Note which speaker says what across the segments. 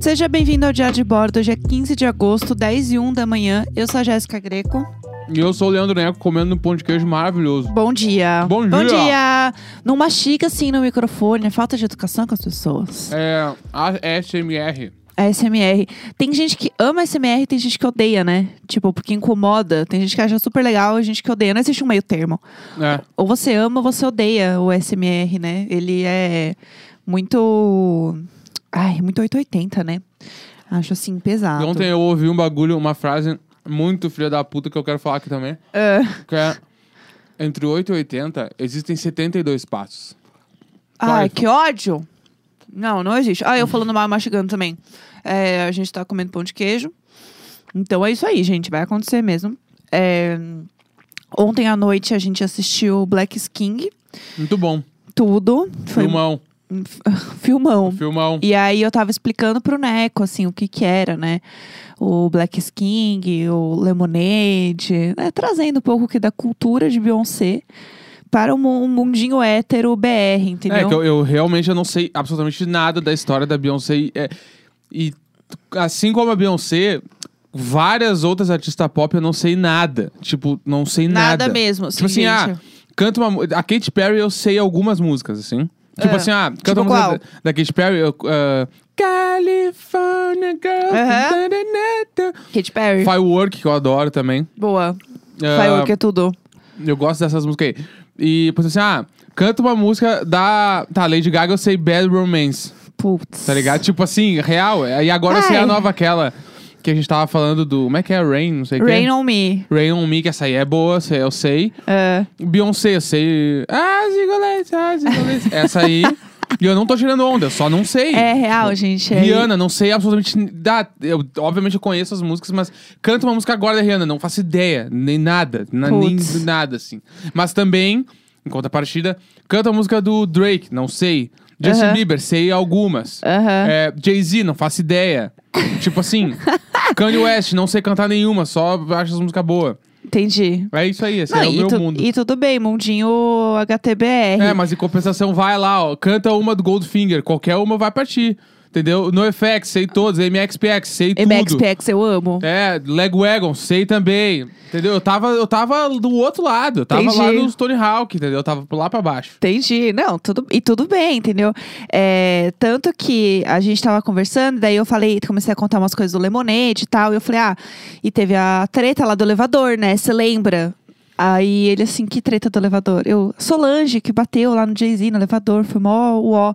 Speaker 1: Seja bem-vindo ao Diário de Bordo. Hoje é 15 de agosto, 10 e 1 da manhã. Eu sou a Jéssica Greco.
Speaker 2: E eu sou o Leandro Neco comendo um pão de queijo maravilhoso.
Speaker 1: Bom dia.
Speaker 2: Bom
Speaker 1: Bom
Speaker 2: dia.
Speaker 1: dia. Não mastiga assim no microfone. É falta de educação com as pessoas. É
Speaker 2: É ASMR.
Speaker 1: ASMR. Tem gente que ama ASMR e tem gente que odeia, né? Tipo, porque incomoda. Tem gente que acha super legal e gente que odeia. Não existe um meio termo.
Speaker 2: É.
Speaker 1: Ou você ama ou você odeia o SMR, né? Ele é muito. Ai, muito 880, né? Acho assim, pesado.
Speaker 2: Ontem eu ouvi um bagulho, uma frase muito filha da puta que eu quero falar aqui também.
Speaker 1: Ah,
Speaker 2: Que é... Entre 8 e 80, existem 72 passos.
Speaker 1: ai,
Speaker 2: Vai.
Speaker 1: Ah, que ódio! Não, não existe. Ah, eu falando mal e mastigando também. É, a gente tá comendo pão de queijo. Então é isso aí, gente. Vai acontecer mesmo. É, Ontem à noite a gente assistiu Black King,
Speaker 2: Muito bom.
Speaker 1: tudo. Foi
Speaker 2: Filmão.
Speaker 1: um f- filmão.
Speaker 2: Filmão.
Speaker 1: E aí eu tava explicando pro Neco, assim, o que que era, né? O Black Is King, o Lemonade, né? Trazendo um pouco que da cultura de Beyoncé para um mu- um mundinho hétero BR, entendeu?
Speaker 2: É, que eu, eu realmente eu não sei absolutamente nada da história da Beyoncé. E, é, e assim como a Beyoncé, várias outras artistas pop eu não sei nada. Tipo, não sei nada.
Speaker 1: nada. mesmo.
Speaker 2: Tipo assim,
Speaker 1: gente.
Speaker 2: ah, canta uma. mu- A Katy Perry eu sei algumas músicas, assim. Tipo
Speaker 1: É.
Speaker 2: assim, ah, canta
Speaker 1: Tipo
Speaker 2: uma música
Speaker 1: qual?
Speaker 2: da, da Katy Perry. Eu, ah, California Girl.
Speaker 1: Aham.
Speaker 2: da-da-da-da.
Speaker 1: Katy Perry.
Speaker 2: Firework, que eu adoro também.
Speaker 1: Boa.
Speaker 2: Ah,
Speaker 1: Firework é tudo.
Speaker 2: eu gosto dessas músicas aí. E, tipo assim, ah, canta uma música da. Tá, Lady Gaga, eu sei Bad Romance.
Speaker 1: Putz.
Speaker 2: Tá ligado? Tipo assim, real. E agora eu sei
Speaker 1: Ai.
Speaker 2: a nova aquela que a gente tava falando do. Como é que é? Rain, não sei o quê.
Speaker 1: Rain on Me.
Speaker 2: Rain on Me, que essa aí é boa, essa aí eu sei.
Speaker 1: É.
Speaker 2: Beyoncé, eu sei. Ah, Zigolete, ah, Zigolete. essa aí. E eu não tô tirando onda, eu só não sei.
Speaker 1: É real, gente. é-
Speaker 2: Rihanna, não sei absolutamente. n- Da, eu, obviamente eu conheço as músicas, mas canta uma música agora da Rihanna, não faço ideia, nem nada, na- nem
Speaker 1: Putz.
Speaker 2: do nada, assim. Mas também, em contrapartida, canta a música do Drake, não sei. Justin
Speaker 1: Aham.
Speaker 2: Bieber, sei algumas.
Speaker 1: Aham.
Speaker 2: É, Jay-Z, não faço ideia. tipo assim, Kanye West, não sei cantar nenhuma, só acho as músicas boas.
Speaker 1: Entendi.
Speaker 2: É isso aí, esse
Speaker 1: Não,
Speaker 2: é o
Speaker 1: e,
Speaker 2: meu
Speaker 1: tu-
Speaker 2: mundo.
Speaker 1: e tudo bem, mundinho HTBR.
Speaker 2: É, mas em compensação, vai lá, ó. Canta uma do Goldfinger. Qualquer uma vai pra ti. Entendeu? No FX, sei todos. MXPX, sei tudo.
Speaker 1: MXPX eu amo.
Speaker 2: É, Legwagon, sei também. Entendeu? Eu tava, eu tava do outro lado. Eu tava lá
Speaker 1: Entendi.
Speaker 2: no Tony Hawk, entendeu? Eu tava lá pra baixo.
Speaker 1: Entendi. Não, tudo, e tudo bem, entendeu? É, tanto que a gente tava conversando, daí eu falei, comecei a contar umas coisas do Lemonade e tal. E eu falei, ah, e teve a treta lá do elevador, né? Você lembra? Aí ele assim, que treta do elevador? Eu, Solange, que bateu lá no Jay-Z no elevador, foi mó uó.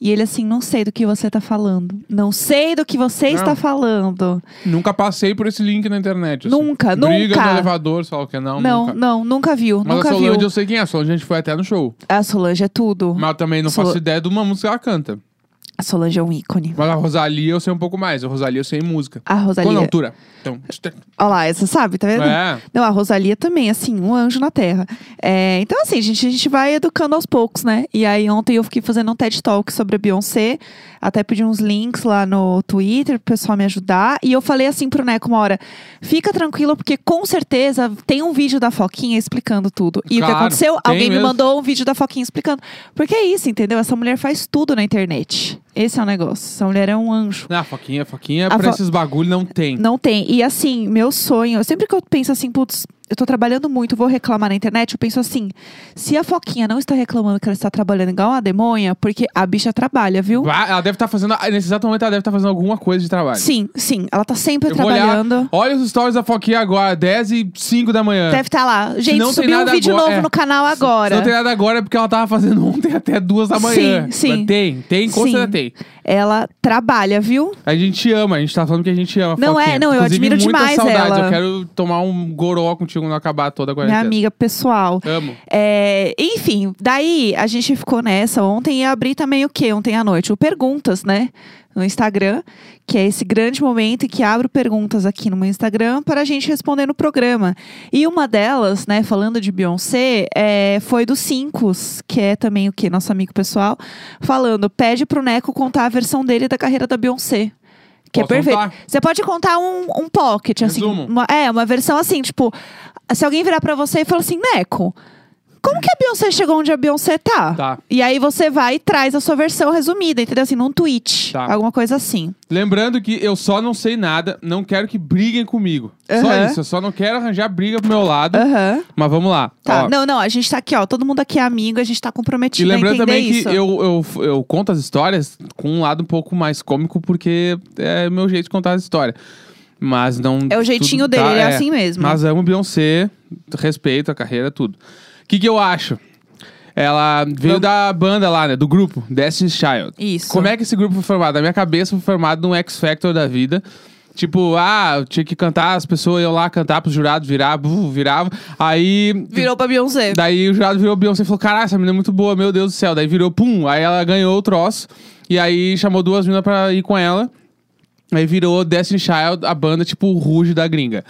Speaker 1: E ele assim, não sei do que você tá falando. Não sei do que você
Speaker 2: Não.
Speaker 1: está falando.
Speaker 2: Nunca passei por esse link na internet. assim.
Speaker 1: Nunca,
Speaker 2: Briga
Speaker 1: nunca.
Speaker 2: no elevador, só o que não,
Speaker 1: não,
Speaker 2: nunca.
Speaker 1: não, nunca viu,
Speaker 2: Mas
Speaker 1: nunca
Speaker 2: a Solange
Speaker 1: viu.
Speaker 2: eu sei quem é. A Solange a gente foi até no show.
Speaker 1: A Solange é tudo.
Speaker 2: Mas eu também não
Speaker 1: Sol-
Speaker 2: faço ideia de uma música que ela canta.
Speaker 1: A Solange é um ícone.
Speaker 2: Mas a Rosalia eu sei um pouco mais. A Rosalia eu sei música.
Speaker 1: A
Speaker 2: Qual na
Speaker 1: Rosalia.
Speaker 2: altura? Então...
Speaker 1: Olha lá, essa sabe, tá vendo?
Speaker 2: É.
Speaker 1: Não, a Rosalia também, assim, um anjo na terra. É, então, assim, gente, a gente vai educando aos poucos, né? E aí, ontem eu fiquei fazendo um TED Talk sobre a Beyoncé. Até pedi uns links lá no Twitter pro pessoal me ajudar. E eu falei assim pro Neco uma hora: fica tranquilo, porque com certeza tem um vídeo da Foquinha explicando tudo. E o que
Speaker 2: Claro,
Speaker 1: aconteceu?
Speaker 2: tem
Speaker 1: Alguém me
Speaker 2: mesmo.
Speaker 1: mandou um vídeo da Foquinha explicando. Porque é isso, entendeu? Essa mulher faz tudo na internet. Esse é o negócio. Essa mulher é um anjo.
Speaker 2: Ah, Foquinha, Foquinha,
Speaker 1: A
Speaker 2: pra
Speaker 1: fo-
Speaker 2: esses bagulho não tem.
Speaker 1: Não tem. E assim, meu sonho, sempre que eu penso assim, putz, eu tô trabalhando muito, vou reclamar na internet, eu penso assim, se a Foquinha não está reclamando que ela está trabalhando igual uma demônia, porque a bicha trabalha, viu?
Speaker 2: Bah, Ela deve estar fazendo, ah, nesse exato momento, ela deve estar fazendo alguma coisa de trabalho.
Speaker 1: Sim, sim, ela tá sempre
Speaker 2: Eu vou
Speaker 1: trabalhando.
Speaker 2: olhar, olha os stories da Foquinha agora, 10 e 5 da manhã.
Speaker 1: Deve estar lá.
Speaker 2: É. Se
Speaker 1: Gente,
Speaker 2: não tem
Speaker 1: subiu um
Speaker 2: nada
Speaker 1: vídeo
Speaker 2: agora-
Speaker 1: novo
Speaker 2: é.
Speaker 1: no canal
Speaker 2: Se não tem
Speaker 1: agora.
Speaker 2: nada agora, é porque ela tava fazendo ontem até 2 da manhã.
Speaker 1: Sim, sim.
Speaker 2: Mas tem, tem, com
Speaker 1: Sim.
Speaker 2: certeza tem.
Speaker 1: Ela trabalha, viu?
Speaker 2: A gente ama, a gente tá falando que a gente ama. a
Speaker 1: Não é,
Speaker 2: Foquinha.
Speaker 1: não, eu
Speaker 2: Inclusive,
Speaker 1: admiro
Speaker 2: muitas
Speaker 1: demais
Speaker 2: saudades.
Speaker 1: ela.
Speaker 2: Eu quero tomar um goró contigo quando acabar toda a
Speaker 1: Minha
Speaker 2: quarentena.
Speaker 1: amiga pessoal.
Speaker 2: Amo.
Speaker 1: É, enfim, daí a gente ficou nessa ontem e abri também o que ontem à noite? O Perguntas, né? No Instagram, que é esse grande momento em que abro perguntas aqui no meu Instagram para a gente responder no programa. E uma delas, né, falando de Beyoncé, é, foi do Cincos, que é também o que? Nosso amigo pessoal, falando: pede pro Neco contar a versão dele da carreira da Beyoncé. Que é
Speaker 2: Posso
Speaker 1: perfeito.
Speaker 2: contar?
Speaker 1: Você pode contar um, um pocket, assim.
Speaker 2: Resumo.
Speaker 1: uma- é, uma versão assim, tipo, se alguém virar pra você e falar assim, Neco, Como que a Beyoncé chegou onde a Beyoncé tá?
Speaker 2: Tá.
Speaker 1: E aí você vai e traz a sua versão resumida, entendeu? Assim, num tweet.
Speaker 2: Tá.
Speaker 1: Alguma coisa assim.
Speaker 2: Lembrando que eu só não sei nada, não quero que briguem comigo. Só
Speaker 1: Aham.
Speaker 2: isso, eu só não quero arranjar briga pro meu lado.
Speaker 1: Aham.
Speaker 2: Mas vamos lá.
Speaker 1: Tá.
Speaker 2: Ó,
Speaker 1: Não, não, a gente tá aqui, ó. Todo mundo aqui é amigo, a gente tá
Speaker 2: E
Speaker 1: comprometido a
Speaker 2: lembrando
Speaker 1: entender
Speaker 2: também
Speaker 1: isso.
Speaker 2: que eu, eu, eu conto as histórias com um lado um pouco mais cômico, porque é meu jeito de contar as histórias. Mas não.
Speaker 1: É o jeitinho
Speaker 2: tudo tá-
Speaker 1: dele, é assim mesmo.
Speaker 2: Mas amo Beyoncé, respeito a carreira, tudo. O que, que eu acho? Ela veio da banda lá, né? Do grupo, Destiny's Child.
Speaker 1: Isso.
Speaker 2: Como é que esse grupo foi formado? Na minha cabeça foi formado num X Factor da vida. Tipo, ah, eu tinha que cantar, as pessoas iam lá cantar pros jurados, virar, bu, virava. Aí
Speaker 1: Virou pra Beyoncé.
Speaker 2: Daí o jurado virou Beyoncé e falou: Caralho, essa menina é muito boa, meu Deus do céu. Daí virou pum. Aí ela ganhou o troço. E aí chamou duas meninas pra ir com ela. Aí virou Destiny Child, a banda tipo Ruge da gringa.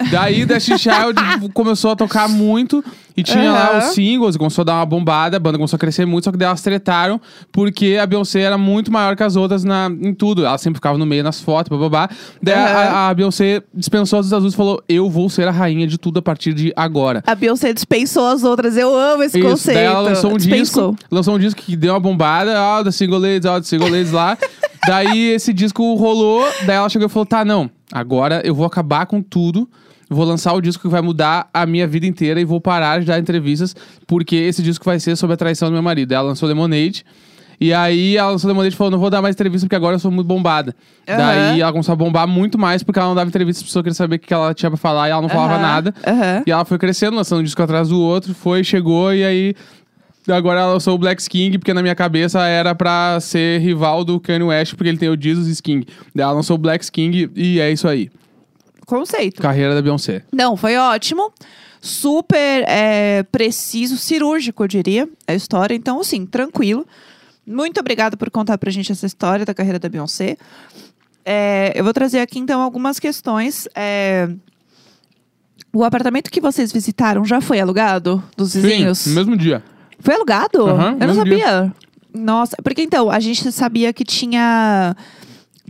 Speaker 2: Daí Destiny Child começou a tocar muito e tinha lá
Speaker 1: Aham.
Speaker 2: os singles, começou a dar uma bombada, a banda começou a crescer muito, só que daí elas tretaram porque a Beyoncé era muito maior que as outras na, em tudo. Ela sempre ficava no meio nas fotos, bababá. Daí a-
Speaker 1: Aham.
Speaker 2: a, a Beyoncé dispensou as azuis e falou: Eu vou ser a rainha de tudo a partir de agora.
Speaker 1: A Beyoncé dispensou as outras. Eu amo esse
Speaker 2: Isso,
Speaker 1: conceito.
Speaker 2: daí ela lançou um
Speaker 1: dispensou.
Speaker 2: disco. Lançou um disco que deu uma bombada, ó, da Single Ladies, ó, da Single Ladies lá. daí esse disco rolou, daí ela chegou e falou: tá, não, agora eu vou acabar com tudo. Vou lançar o disco que vai mudar a minha vida inteira e vou parar de dar entrevistas, porque esse disco vai ser sobre a traição do meu marido. Daí Ela lançou Lemonade. E aí ela lançou Lemonade e falou: não vou dar mais entrevista porque agora eu sou muito bombada.
Speaker 1: Aham.
Speaker 2: Daí ela começou a bombar muito mais porque ela não dava entrevista, as pessoas queriam saber o que que ela tinha pra falar e ela não falava
Speaker 1: Aham,
Speaker 2: nada.
Speaker 1: aham.
Speaker 2: E ela foi crescendo, lançando um disco atrás do outro, foi, chegou e aí. Agora ela lançou o Black King, porque na minha cabeça era pra ser rival do Kanye West, porque ele tem o Jesus King. Daí ela lançou o Black King e é isso aí.
Speaker 1: Conceito.
Speaker 2: Carreira da Beyoncé.
Speaker 1: Não, foi ótimo. Super é, preciso, cirúrgico, eu diria, a história. Então, assim, tranquilo. Muito obrigada por contar pra gente essa história da carreira da Beyoncé. É, eu vou trazer aqui, então, algumas questões. É, o apartamento que vocês visitaram já foi alugado dos vizinhos?
Speaker 2: Sim, no mesmo dia.
Speaker 1: Foi alugado? eu
Speaker 2: Aham,
Speaker 1: não
Speaker 2: mesmo
Speaker 1: sabia.
Speaker 2: dia.
Speaker 1: Nossa, porque então, a gente sabia que tinha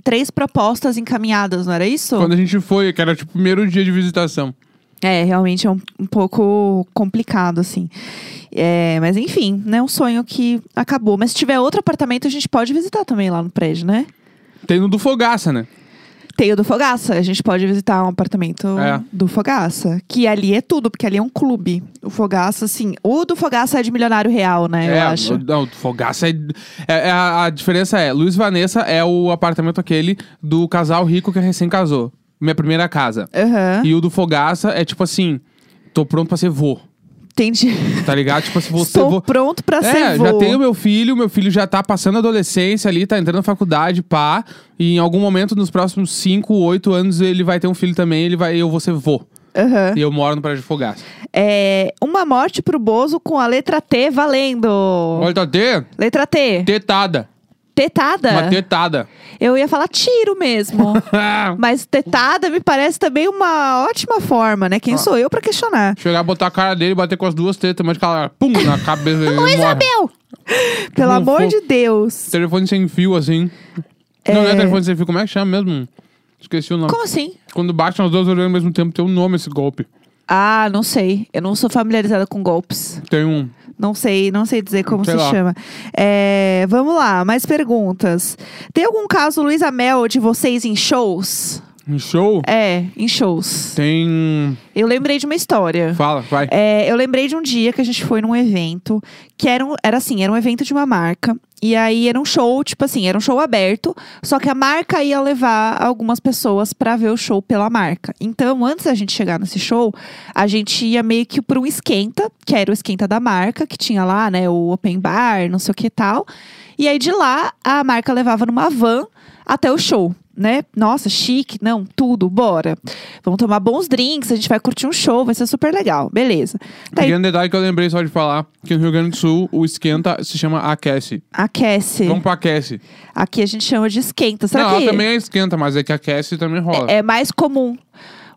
Speaker 1: três propostas encaminhadas, não era isso?
Speaker 2: Quando a gente foi, que era tipo o primeiro dia de visitação.
Speaker 1: É, realmente é um, um pouco complicado, assim. É, mas enfim, né? Um sonho que acabou. Mas se tiver outro apartamento, a gente pode visitar também lá no prédio, né?
Speaker 2: Tem no do Fogaça, né?
Speaker 1: Tem o do Fogaça. A gente pode visitar um apartamento
Speaker 2: É.
Speaker 1: do Fogaça. Que ali é tudo, porque ali é um clube. O Fogaça, assim. O do Fogaça é de milionário real, né? eu acho.
Speaker 2: É, o- Não, o Fogaça é, é- é a, a diferença é, Luiz Vanessa é o apartamento aquele do casal rico que recém casou. Minha primeira casa.
Speaker 1: Aham.
Speaker 2: E o do Fogaça é tipo assim, tô pronto pra ser vô,
Speaker 1: Entendi.
Speaker 2: tá ligado? Tipo, se você
Speaker 1: Estou
Speaker 2: vô...
Speaker 1: pronto pra
Speaker 2: é,
Speaker 1: ser vô.
Speaker 2: já tenho meu filho, meu filho já tá passando a adolescência ali, tá entrando na faculdade, pá. E em algum momento, nos próximos 5, 8 anos, ele vai ter um filho também, ele vai, eu vou ser vô.
Speaker 1: Aham.
Speaker 2: E eu moro no prédio de Fogaça.
Speaker 1: É, uma morte pro Bozo com a letra T valendo.
Speaker 2: Olha, tá te,
Speaker 1: Letra T.
Speaker 2: tetada.
Speaker 1: Tetada.
Speaker 2: Uma tetada.
Speaker 1: Eu ia falar tiro mesmo. Mas tetada me parece também uma ótima forma, né? Quem
Speaker 2: Ah.
Speaker 1: sou eu pra questionar?
Speaker 2: Chegar, botar a cara dele, bater com as duas tetas, mas cara, pum, na cabeça dele.
Speaker 1: Ô, Isabel! Pelo
Speaker 2: Não,
Speaker 1: amor
Speaker 2: fo-
Speaker 1: de Deus.
Speaker 2: Telefone sem fio, assim. Não, não é telefone sem fio, como é que chama mesmo? Esqueci o nome.
Speaker 1: Como assim?
Speaker 2: Quando baixam as duas orelhas ao mesmo tempo, tem um nome esse golpe.
Speaker 1: Ah, não sei. Eu não sou familiarizada com golpes.
Speaker 2: Tem um.
Speaker 1: Não sei, não sei dizer como
Speaker 2: Sei
Speaker 1: se
Speaker 2: lá.
Speaker 1: chama. É, vamos lá, mais perguntas. Tem algum caso, Luísa Mel, de vocês em shows?
Speaker 2: Um show?
Speaker 1: É, em shows.
Speaker 2: Tem.
Speaker 1: Eu lembrei de uma história.
Speaker 2: Fala, vai.
Speaker 1: É, eu lembrei de um dia que a gente foi num evento que era, um- era assim, era um evento de uma marca. E aí era um show, tipo assim, era um show aberto, só que a marca ia levar algumas pessoas pra ver o show pela marca. Então, antes da gente chegar nesse show, a gente ia meio que pra um esquenta, que era o esquenta da marca, que tinha lá, né, o open bar, não sei o que e tal. E aí de lá, a marca levava numa van até o show, né? Nossa, chique, não, tudo, bora. Vamos tomar bons drinks, a gente vai curtir um show, vai ser super legal, beleza. Tá aí,
Speaker 2: Pequeno detalhe que eu lembrei só de falar: que no Rio Grande do Sul, o esquenta se chama aquece.
Speaker 1: aquece.
Speaker 2: Vamos pra aquece.
Speaker 1: Aqui a gente chama de esquenta. Será
Speaker 2: não,
Speaker 1: que
Speaker 2: ela também é esquenta, mas é que aquece também rola.
Speaker 1: é mais comum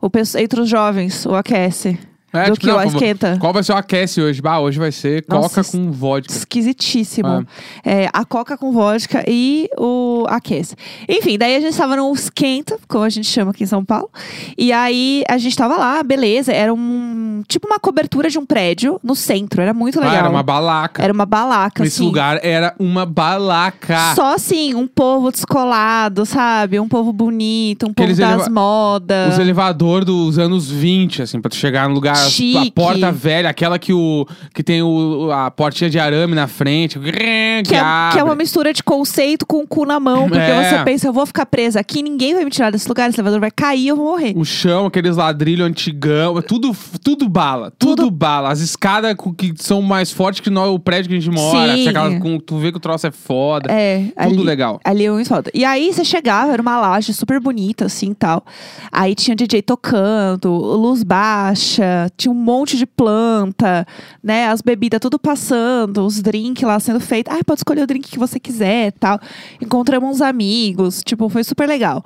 Speaker 1: o, pes- entre os jovens, o aquece?
Speaker 2: É,
Speaker 1: do
Speaker 2: tipo,
Speaker 1: que
Speaker 2: não,
Speaker 1: o esquenta.
Speaker 2: Qual vai ser o aquece hoje? Bah, hoje vai ser
Speaker 1: Nossa,
Speaker 2: coca
Speaker 1: es-
Speaker 2: com vodka.
Speaker 1: Esquisitíssimo. É, a coca com vodka e o aquece. Enfim, daí a gente tava num esquenta, como a gente chama aqui em São Paulo. E aí a gente tava lá, beleza. Era um tipo uma cobertura de um prédio no centro. Era muito
Speaker 2: Ah,
Speaker 1: é legal.
Speaker 2: era uma balaca.
Speaker 1: Era uma balaca,
Speaker 2: Esse
Speaker 1: assim.
Speaker 2: lugar era uma balaca.
Speaker 1: Só assim, um povo descolado, sabe? Um povo bonito, um povo
Speaker 2: Aqueles
Speaker 1: das
Speaker 2: eleva-
Speaker 1: modas.
Speaker 2: Os elevador dos anos 20, assim, pra tu chegar no lugar. as-
Speaker 1: Chique.
Speaker 2: A porta velha, aquela que o. que tem o, a portinha de arame na frente. Que,
Speaker 1: Que é, que
Speaker 2: abre.
Speaker 1: é uma mistura de conceito com o cu na mão. Porque
Speaker 2: É.
Speaker 1: você pensa, eu vou ficar presa aqui, ninguém vai me tirar desse lugar, esse elevador vai cair, eu vou morrer.
Speaker 2: O chão, aqueles ladrilhos antigão, é tudo, tudo bala, tudo,
Speaker 1: Tudo-
Speaker 2: bala. As escadas co- que são mais fortes que nó- o prédio que a gente mora.
Speaker 1: Sim.
Speaker 2: assim, aquelas com- tu vê que o troço é foda.
Speaker 1: É,
Speaker 2: tudo
Speaker 1: ali,
Speaker 2: legal.
Speaker 1: ali é muito foda. E aí você chegava, era uma laje super bonita, assim e tal. Aí tinha DJ tocando, luz baixa, tinha um monte de planta, né? As bebidas tudo passando, os drinks lá sendo feitos. Ah, pode escolher o drink que você quiser tal. Encontramos uns amigos, tipo, foi super legal.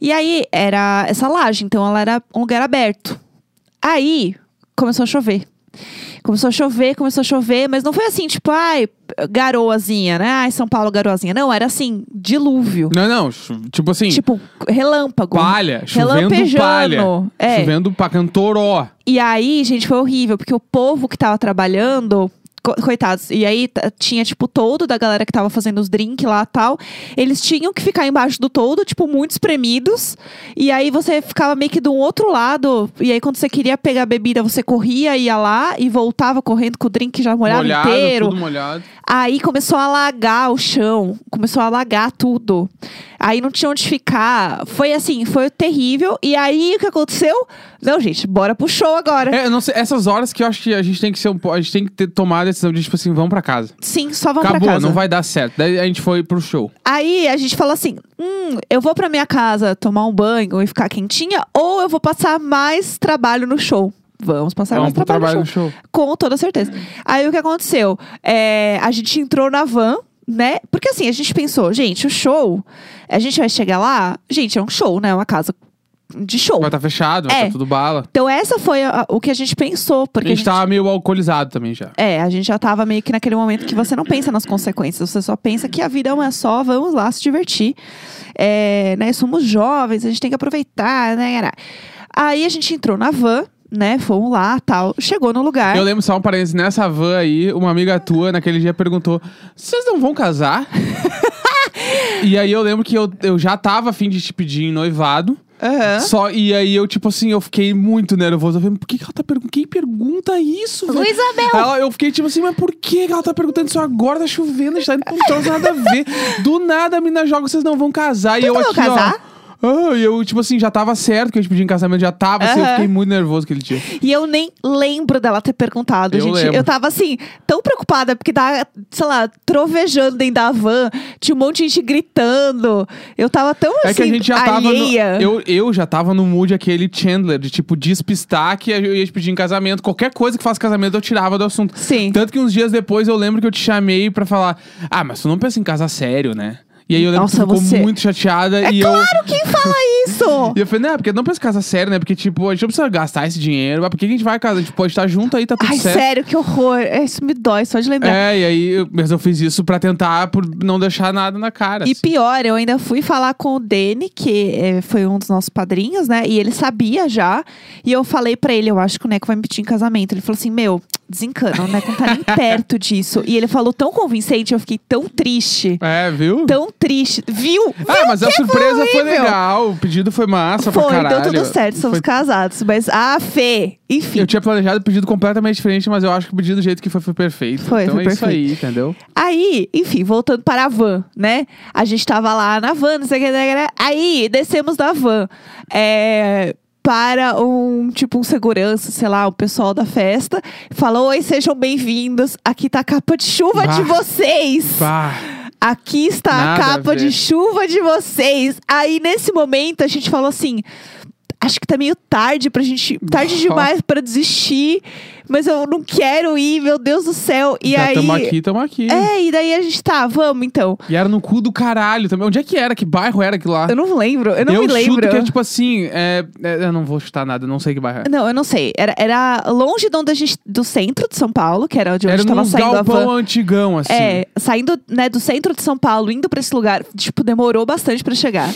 Speaker 1: E aí era essa laje, então ela era um lugar aberto. Aí começou a chover. Começou a chover, começou a chover, mas não foi assim, tipo, ai, garoazinha, né? Ai, São Paulo, garoazinha. Não, era assim, dilúvio.
Speaker 2: Não, não, chu- tipo assim,
Speaker 1: Tipo, relâmpago.
Speaker 2: palha, chovendo
Speaker 1: Relampejando.
Speaker 2: palha.
Speaker 1: É.
Speaker 2: Chovendo pra cantoró.
Speaker 1: E aí, gente, foi horrível, porque o povo que tava trabalhando. co- Coitados. E aí t- tinha, tipo, todo da galera que tava fazendo os drinks lá tal. Eles tinham que ficar embaixo do todo, tipo, muito espremidos. E aí você ficava meio que do outro lado. E aí, quando você queria pegar a bebida, você corria, ia lá e voltava correndo com o drink já molhado,
Speaker 2: molhado,
Speaker 1: inteiro.
Speaker 2: tudo molhado.
Speaker 1: Aí começou a alagar o chão, começou a alagar tudo. Aí não tinha onde ficar. Foi assim, foi terrível. E aí o que aconteceu? Não, gente, bora pro show agora.
Speaker 2: É, eu não sei, essas horas que eu acho que a gente tem que ser um po- A gente tem que ter tomado a decisão de, tipo assim, vamos pra casa.
Speaker 1: Sim, só vamos
Speaker 2: Acabou,
Speaker 1: pra casa.
Speaker 2: não vai dar certo. Daí a gente foi pro show.
Speaker 1: Aí a gente falou assim: hum, eu vou pra minha casa tomar um banho e ficar quentinha, ou eu vou passar mais trabalho no show. Vamos passar
Speaker 2: vamos
Speaker 1: mais
Speaker 2: pro
Speaker 1: trabalho,
Speaker 2: trabalho
Speaker 1: no
Speaker 2: no
Speaker 1: show.
Speaker 2: show.
Speaker 1: Com toda certeza. Aí o que aconteceu? É, a gente entrou na van, né? Porque assim, a gente pensou, gente, o show, a gente vai chegar lá, gente, é um show, né? É Uma casa de show.
Speaker 2: Vai tá fechado, vai
Speaker 1: É.
Speaker 2: tá tudo bala.
Speaker 1: Então essa foi a- o que a gente pensou,
Speaker 2: A
Speaker 1: porque
Speaker 2: gente tava meio alcoolizado também já.
Speaker 1: é, a gente já tava meio que naquele momento que você não pensa nas consequências, você só pensa que a vida é uma só, vamos lá se divertir. É, né, somos jovens, a gente tem que aproveitar, né? Aí a gente entrou na van, né? Fomos lá, tal. Chegou no lugar.
Speaker 2: Eu lembro só um parênteses, nessa van aí, uma amiga tua naquele dia perguntou: vocês não vão casar? e aí eu lembro que eu, eu já tava afim de te pedir em noivado.
Speaker 1: Aham.
Speaker 2: Só, e aí eu, tipo assim, eu fiquei muito nervoso. Eu falei, por que, que ela tá perguntando? Quem pergunta isso, velho?
Speaker 1: Isabel!
Speaker 2: Ela- eu fiquei tipo assim, mas por que que ela tá perguntando isso agora? Tá chovendo, a gente tá indo pro troço, nada a ver. Do nada a mina joga, vocês não vão casar. e eu
Speaker 1: não vão
Speaker 2: aqui,
Speaker 1: casar?
Speaker 2: ó. Ah, e eu, tipo assim, já tava certo que a gente pediu em casamento, já tava, assim, eu
Speaker 1: Aham.
Speaker 2: fiquei muito nervoso aquele dia.
Speaker 1: E eu nem lembro dela ter perguntado,
Speaker 2: Eu
Speaker 1: gente.
Speaker 2: lembro.
Speaker 1: Eu tava assim, tão preocupada, porque tá, sei lá, trovejando dentro da van, tinha um monte de gente gritando. Eu tava tão
Speaker 2: É
Speaker 1: assim,
Speaker 2: que a gente já tava. No,
Speaker 1: alheia.
Speaker 2: eu, eu já tava no mood aquele Chandler, de tipo, despistar que eu ia te pedir em casamento. Qualquer coisa que faça casamento eu tirava do assunto.
Speaker 1: Sim.
Speaker 2: Tanto que uns dias depois eu lembro que eu te chamei pra falar: Ah, mas tu não pensa em casar sério, né? E aí eu lembro que
Speaker 1: Nossa,
Speaker 2: tu ficou
Speaker 1: você-
Speaker 2: muito chateada
Speaker 1: É
Speaker 2: e eu.
Speaker 1: claro, quem fala isso?
Speaker 2: E eu falei, não, porque não pensa em casar sério, né? Porque, tipo, a gente não precisa gastar esse dinheiro. Mas por que que a gente vai casar? A gente pode estar junto aí, tá tudo
Speaker 1: Ai,
Speaker 2: certo.
Speaker 1: sério, que horror. É, Isso me dói só de lembrar.
Speaker 2: É, e aí, eu- mas eu fiz isso pra tentar por não deixar nada na cara.
Speaker 1: E
Speaker 2: assim.
Speaker 1: pior, eu ainda fui falar com o Dene, que eh, foi um dos nossos padrinhos, né? E ele sabia já. E eu falei pra ele, eu acho que o Neco vai me pedir em casamento. Ele falou assim: Meu, desencana, o Neco não tá nem perto disso. E ele falou tão convincente, eu fiquei tão triste.
Speaker 2: É, viu?
Speaker 1: Tão triste. Então, Viu?
Speaker 2: Ah, mas a surpresa foi
Speaker 1: horrível.
Speaker 2: legal. O pedido foi massa pra
Speaker 1: Foi,
Speaker 2: caralho.
Speaker 1: deu tudo certo, somos
Speaker 2: Foi-
Speaker 1: casados. Mas, ah, Fê, enfim.
Speaker 2: Eu tinha planejado o pedido completamente diferente, mas eu acho que o pedido do jeito que foi foi perfeito.
Speaker 1: Foi,
Speaker 2: então
Speaker 1: foi
Speaker 2: é isso
Speaker 1: perfeito.
Speaker 2: aí, entendeu?
Speaker 1: Aí, enfim, voltando para a van, né? A gente tava lá na van, não sei o que, não sei o que, né? aí descemos da van. é, Para um, tipo, um segurança, sei lá, o pessoal da festa. Falou, oi, sejam bem-vindos. Aqui tá a capa de chuva
Speaker 2: Bah.
Speaker 1: de vocês.
Speaker 2: Pá.
Speaker 1: Aqui está
Speaker 2: Nada
Speaker 1: a
Speaker 2: a
Speaker 1: capa
Speaker 2: ver.
Speaker 1: de chuva de vocês. Aí, nesse momento, a gente falou assim... acho que tá meio tarde pra gente. Tarde demais pra desistir. Mas eu não quero ir, meu Deus do céu. E
Speaker 2: Já
Speaker 1: aí.
Speaker 2: tamo aqui, tamo aqui.
Speaker 1: É, e daí a gente tá, vamos então.
Speaker 2: E era no cu do caralho também. Onde é que era? Que bairro era aquilo lá?
Speaker 1: Eu não lembro, eu não me lembro.
Speaker 2: chuto que é tipo assim... É, é, eu não vou chutar nada, não sei que bairro é.
Speaker 1: Não, eu não sei. Era, era longe de onde a gente, do centro de São Paulo, que era de onde
Speaker 2: Era
Speaker 1: tava
Speaker 2: num
Speaker 1: saindo a van.
Speaker 2: galpão antigão, assim.
Speaker 1: É, saindo né, do centro de São Paulo, indo pra esse lugar, tipo, demorou bastante pra chegar.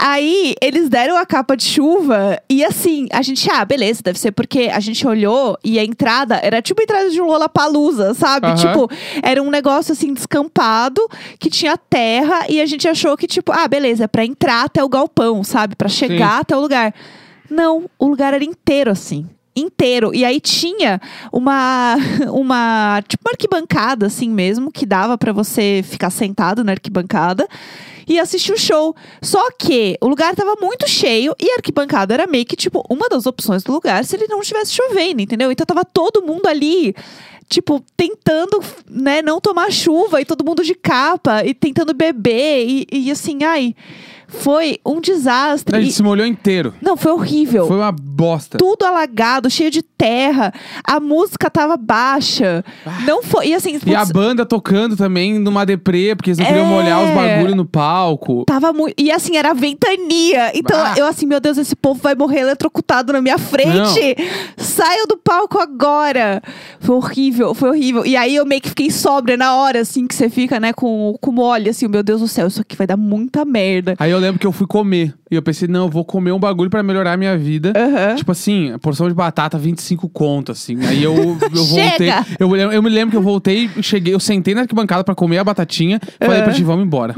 Speaker 1: Aí eles deram a capa de chuva e assim, a gente, ah, beleza, deve ser porque a gente olhou e a entrada era tipo a entrada de um Lollapalooza, sabe?
Speaker 2: Aham.
Speaker 1: Tipo, era um negócio assim descampado que tinha terra e a gente achou que tipo, ah, beleza, é pra entrar até o galpão, sabe? Pra chegar até o lugar. Não, o lugar era inteiro assim. Inteiro. E aí tinha uma, uma tipo uma arquibancada, assim mesmo, que dava pra você ficar sentado na arquibancada e assistir o show. Só que o lugar tava muito cheio e a arquibancada era meio que, tipo, uma das opções do lugar se ele não estivesse chovendo, entendeu? Então tava todo mundo ali. Tipo, tentando, né, não tomar chuva e todo mundo de capa e tentando beber e, e assim, ai, foi um desastre.
Speaker 2: A
Speaker 1: E-
Speaker 2: gente se molhou inteiro.
Speaker 1: não, foi horrível.
Speaker 2: É, Foi uma bosta.
Speaker 1: Tudo alagado, cheio de terra. A música tava baixa. Não foi. E assim,
Speaker 2: Ah. E a
Speaker 1: putz,
Speaker 2: banda tocando também numa deprê, porque eles não queriam
Speaker 1: É.
Speaker 2: molhar os bagulho no palco.
Speaker 1: tava muito. E assim, era ventania. Então
Speaker 2: Ah.
Speaker 1: eu assim, meu Deus, esse povo vai morrer eletrocutado na minha frente. Saiam do palco agora. Foi horrível, foi horrível. E aí eu meio que fiquei sóbria na hora, assim, que você fica, né, com, com molho, assim, meu Deus do céu, isso aqui vai dar muita merda.
Speaker 2: Aí eu lembro que eu fui comer. E eu pensei, não, eu vou comer um bagulho pra melhorar a minha vida.
Speaker 1: Aham.
Speaker 2: Tipo assim, a porção de batata, 25 conto, assim. Aí eu, eu voltei.
Speaker 1: Chega!
Speaker 2: Eu, lem- eu me lembro que eu voltei, cheguei, eu sentei na arquibancada pra comer a batatinha. Falei pra ti, vamos embora.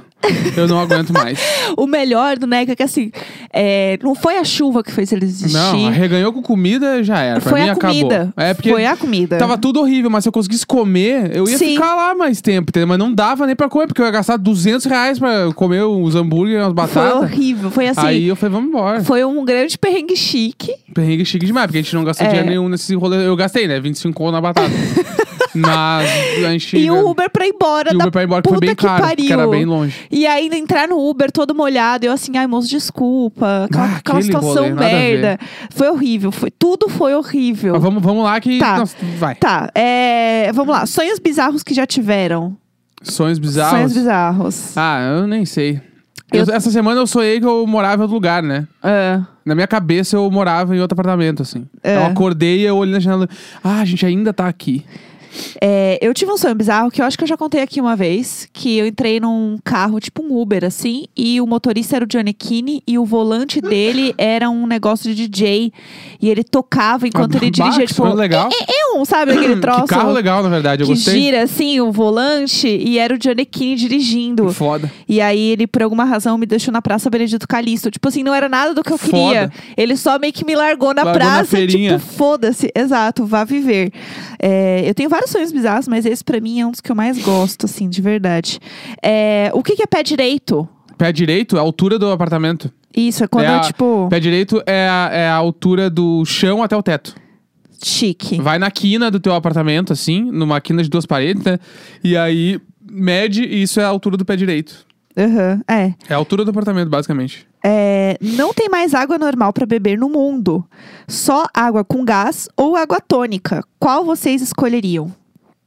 Speaker 2: Eu não aguento mais.
Speaker 1: O melhor do Neca é que assim, é, não foi a chuva que fez eles desistir.
Speaker 2: Não, arreganhou com comida, já era. Pra
Speaker 1: Foi
Speaker 2: mim
Speaker 1: a
Speaker 2: acabou.
Speaker 1: comida.
Speaker 2: É porque
Speaker 1: Foi a comida.
Speaker 2: Tava tudo horrível, mas se eu conseguisse comer, eu ia
Speaker 1: Sim.
Speaker 2: ficar lá mais tempo, entendeu? Mas não dava nem pra comer, porque eu ia gastar 200 reais pra comer uns hambúrguer, umas
Speaker 1: Foi
Speaker 2: batatas.
Speaker 1: horrível. Foi assim.
Speaker 2: Aí eu falei, vamos embora.
Speaker 1: Foi um grande perrengue chique.
Speaker 2: Perrengue chique demais, porque a gente não gastou
Speaker 1: É.
Speaker 2: dinheiro nenhum nesse rolê. Eu gastei, né? 25 conto na batata. mas a gente.
Speaker 1: E o Uber pra ir embora
Speaker 2: né? e o
Speaker 1: da
Speaker 2: Uber pra ir embora, que foi
Speaker 1: puta
Speaker 2: bem
Speaker 1: que
Speaker 2: caro,
Speaker 1: pariu.
Speaker 2: porque era bem longe.
Speaker 1: E ainda entrar no Uber todo molhado, eu assim, ai moço, desculpa. Aquela,
Speaker 2: Ah,
Speaker 1: aquela
Speaker 2: aquele
Speaker 1: situação
Speaker 2: rolê, nada a ver.
Speaker 1: merda. Foi horrível. Foi, tudo foi horrível.
Speaker 2: Mas vamos, vamos lá que.
Speaker 1: Tá.
Speaker 2: Nossa, vai.
Speaker 1: Tá, é, vamos lá. Sonhos bizarros que já tiveram.
Speaker 2: Sonhos bizarros.
Speaker 1: Sonhos bizarros.
Speaker 2: Ah, eu nem sei.
Speaker 1: Eu-
Speaker 2: Eu- essa semana eu sonhei que eu morava em outro lugar, né?
Speaker 1: É.
Speaker 2: Na minha cabeça eu morava em outro apartamento, assim.
Speaker 1: É.
Speaker 2: Eu acordei e eu olhei na janela. Ah, a gente ainda tá aqui.
Speaker 1: É, eu tive um sonho bizarro que eu acho que eu já contei aqui uma vez. Que eu entrei num carro, tipo um Uber, assim, e o motorista era o Johnny Keane e o volante dele era um negócio de DJ. E ele tocava enquanto
Speaker 2: Ah,
Speaker 1: ele
Speaker 2: bah,
Speaker 1: dirigia,
Speaker 2: que
Speaker 1: tipo.
Speaker 2: sonho legal.
Speaker 1: É, um, sabe aquele troço?
Speaker 2: Que carro legal, na verdade. Eu
Speaker 1: que
Speaker 2: gostei.
Speaker 1: gira assim o volante e era o Johnny Keane dirigindo.
Speaker 2: Foda.
Speaker 1: E aí ele, por alguma razão, me deixou na Praça Benedito Calixto. Tipo assim, não era nada do que eu
Speaker 2: Foda.
Speaker 1: queria. Ele só meio que me largou na
Speaker 2: Largou na
Speaker 1: praça.
Speaker 2: feirinha.
Speaker 1: tipo, foda-se. Exato, vá viver. É, eu tenho vários sonhos bizarros, mas esse pra mim é um dos que eu mais gosto, assim, de verdade. É, o que, que é pé direito?
Speaker 2: Pé direito, a altura do apartamento.
Speaker 1: Isso, é quando
Speaker 2: É
Speaker 1: eu,
Speaker 2: a-
Speaker 1: tipo,
Speaker 2: Pé direito é a, é a altura do chão até o teto.
Speaker 1: chique.
Speaker 2: Vai na quina do teu apartamento, assim, numa quina de duas paredes, né? E aí mede e isso é a altura do pé direito.
Speaker 1: Aham, é.
Speaker 2: É a altura do apartamento, basicamente.
Speaker 1: É, não tem mais água normal para beber no mundo. Só água com gás ou água tônica. Qual vocês escolheriam?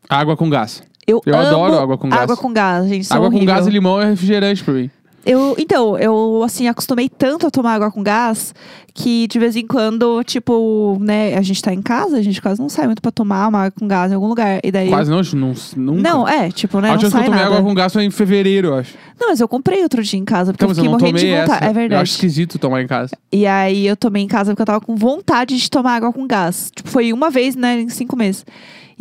Speaker 2: Água com gás.
Speaker 1: Eu,
Speaker 2: Eu
Speaker 1: amo
Speaker 2: adoro água com gás.
Speaker 1: Água com gás, gente. isso é
Speaker 2: Água com
Speaker 1: horrível.
Speaker 2: gás e limão é refrigerante pra mim.
Speaker 1: Eu, então, eu assim acostumei tanto a tomar água com gás que de vez em quando, tipo, né, a gente tá em casa, a gente quase não sai muito pra tomar uma água com gás em algum lugar. E daí
Speaker 2: Quase não, nun- nunca.
Speaker 1: É,
Speaker 2: Ah,
Speaker 1: Não, é, tipo, né, não
Speaker 2: a última vez que eu
Speaker 1: sai
Speaker 2: tomei
Speaker 1: nada.
Speaker 2: água com gás foi em fevereiro, eu acho.
Speaker 1: Não, mas eu comprei outro dia em casa porque
Speaker 2: Então,
Speaker 1: eu
Speaker 2: mas eu
Speaker 1: fiquei
Speaker 2: não
Speaker 1: morrendo
Speaker 2: tomei
Speaker 1: de
Speaker 2: essa.
Speaker 1: vontade. É
Speaker 2: Eu
Speaker 1: verdade.
Speaker 2: acho esquisito tomar em casa.
Speaker 1: E aí eu tomei em casa porque eu tava com vontade de tomar água com gás. Tipo, foi uma vez, né, em cinco meses.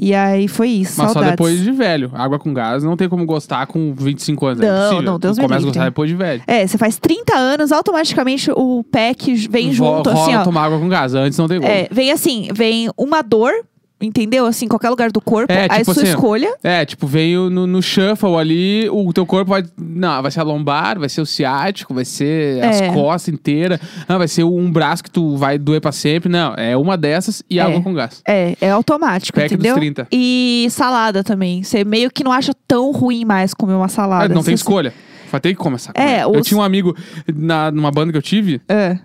Speaker 1: E aí foi isso,
Speaker 2: Mas
Speaker 1: saudades.
Speaker 2: só depois de velho. Água com gás não tem como gostar com 25 anos.
Speaker 1: Não,
Speaker 2: é impossível.
Speaker 1: não, Deus
Speaker 2: Tu
Speaker 1: me
Speaker 2: Começa a
Speaker 1: livre.
Speaker 2: gostar depois de velho.
Speaker 1: É, você faz 30 anos, automaticamente o pack vem
Speaker 2: Ro-
Speaker 1: junto,
Speaker 2: rola
Speaker 1: assim, ó.
Speaker 2: tomar água com gás. Antes não tem como.
Speaker 1: É, vem assim, vem uma dor, entendeu? Assim, qualquer lugar do corpo,
Speaker 2: É,
Speaker 1: aí
Speaker 2: tipo
Speaker 1: sua
Speaker 2: assim,
Speaker 1: escolha.
Speaker 2: É, tipo, veio no, no shuffle ali, o teu corpo vai. Não, vai ser a lombar, vai ser o ciático, vai ser
Speaker 1: É.
Speaker 2: as costas inteiras, não, vai ser um braço que tu vai doer pra sempre. Não, é uma dessas e
Speaker 1: É.
Speaker 2: água com gás.
Speaker 1: É, é automático,
Speaker 2: Pack
Speaker 1: entendeu?
Speaker 2: dos 30.
Speaker 1: E salada também. Você meio que não acha tão ruim mais comer uma
Speaker 2: É,
Speaker 1: salada. assim,
Speaker 2: não tem
Speaker 1: Você-
Speaker 2: escolha. Vai ter que começar. a
Speaker 1: É,
Speaker 2: comer.
Speaker 1: os-
Speaker 2: Eu tinha um amigo na, numa banda que eu tive,
Speaker 1: É.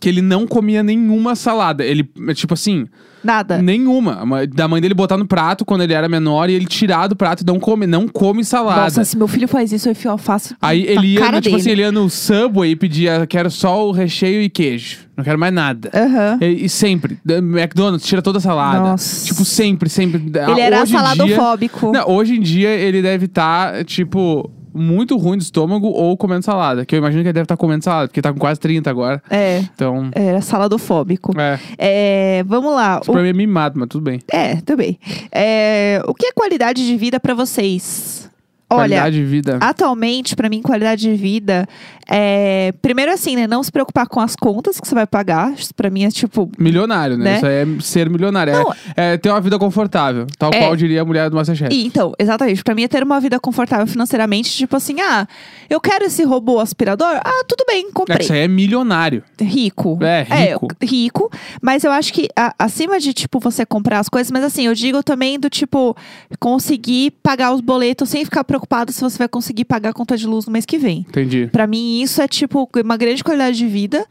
Speaker 2: que ele não comia nenhuma salada. Ele, é tipo assim,
Speaker 1: Nada.
Speaker 2: nenhuma. A mãe- Da mãe dele botar no prato quando ele era menor e ele tirar do prato e não come, não come salada.
Speaker 1: Nossa, se meu filho faz isso, eu enfio alface
Speaker 2: Aí
Speaker 1: na
Speaker 2: ele ia,
Speaker 1: cara
Speaker 2: no- tipo
Speaker 1: dele.
Speaker 2: assim, ele ia no Subway e pedia, quero só o recheio e queijo. Não quero mais nada.
Speaker 1: Aham.
Speaker 2: E, e sempre. Da- McDonald's tira toda a salada.
Speaker 1: Nossa.
Speaker 2: Tipo, sempre, sempre. Ah,
Speaker 1: Ele era
Speaker 2: hoje em
Speaker 1: saladofóbico.
Speaker 2: Dia, não, hoje em dia ele deve estar, tipo, muito ruim de estômago ou comendo salada. Que eu imagino que ele deve estar comendo salada, porque tá com quase 30 agora.
Speaker 1: É,
Speaker 2: Então,
Speaker 1: era saladofóbico.
Speaker 2: é.
Speaker 1: É, vamos lá.
Speaker 2: Isso
Speaker 1: O-
Speaker 2: pra mim é mimado, mas tudo bem.
Speaker 1: É, também. É, o que é qualidade de vida pra vocês? Olha,
Speaker 2: Qualidade de vida.
Speaker 1: Atualmente, pra mim, qualidade de vida é. Primeiro, assim, né? Não se preocupar com as contas que você vai pagar. Isso pra mim é tipo.
Speaker 2: Milionário, né?
Speaker 1: né?
Speaker 2: Isso aí é ser milionário. É-
Speaker 1: Não.
Speaker 2: É, ter uma vida confortável. Tal
Speaker 1: É.
Speaker 2: qual diria a mulher do Masterchef.
Speaker 1: E, então, exatamente. Pra mim é ter uma vida confortável financeiramente. Tipo assim, ah, eu quero esse robô aspirador? Ah, tudo bem,
Speaker 2: É que
Speaker 1: comprei.
Speaker 2: isso aí é milionário.
Speaker 1: Rico.
Speaker 2: É, rico.
Speaker 1: eu- rico. Mas eu acho que a- acima de, tipo, você comprar as coisas, mas assim, eu digo também do tipo, conseguir pagar os boletos sem ficar preocupado se você vai conseguir pagar a conta de luz no mês que vem.
Speaker 2: Entendi.
Speaker 1: Pra mim, isso é tipo uma grande qualidade de vida.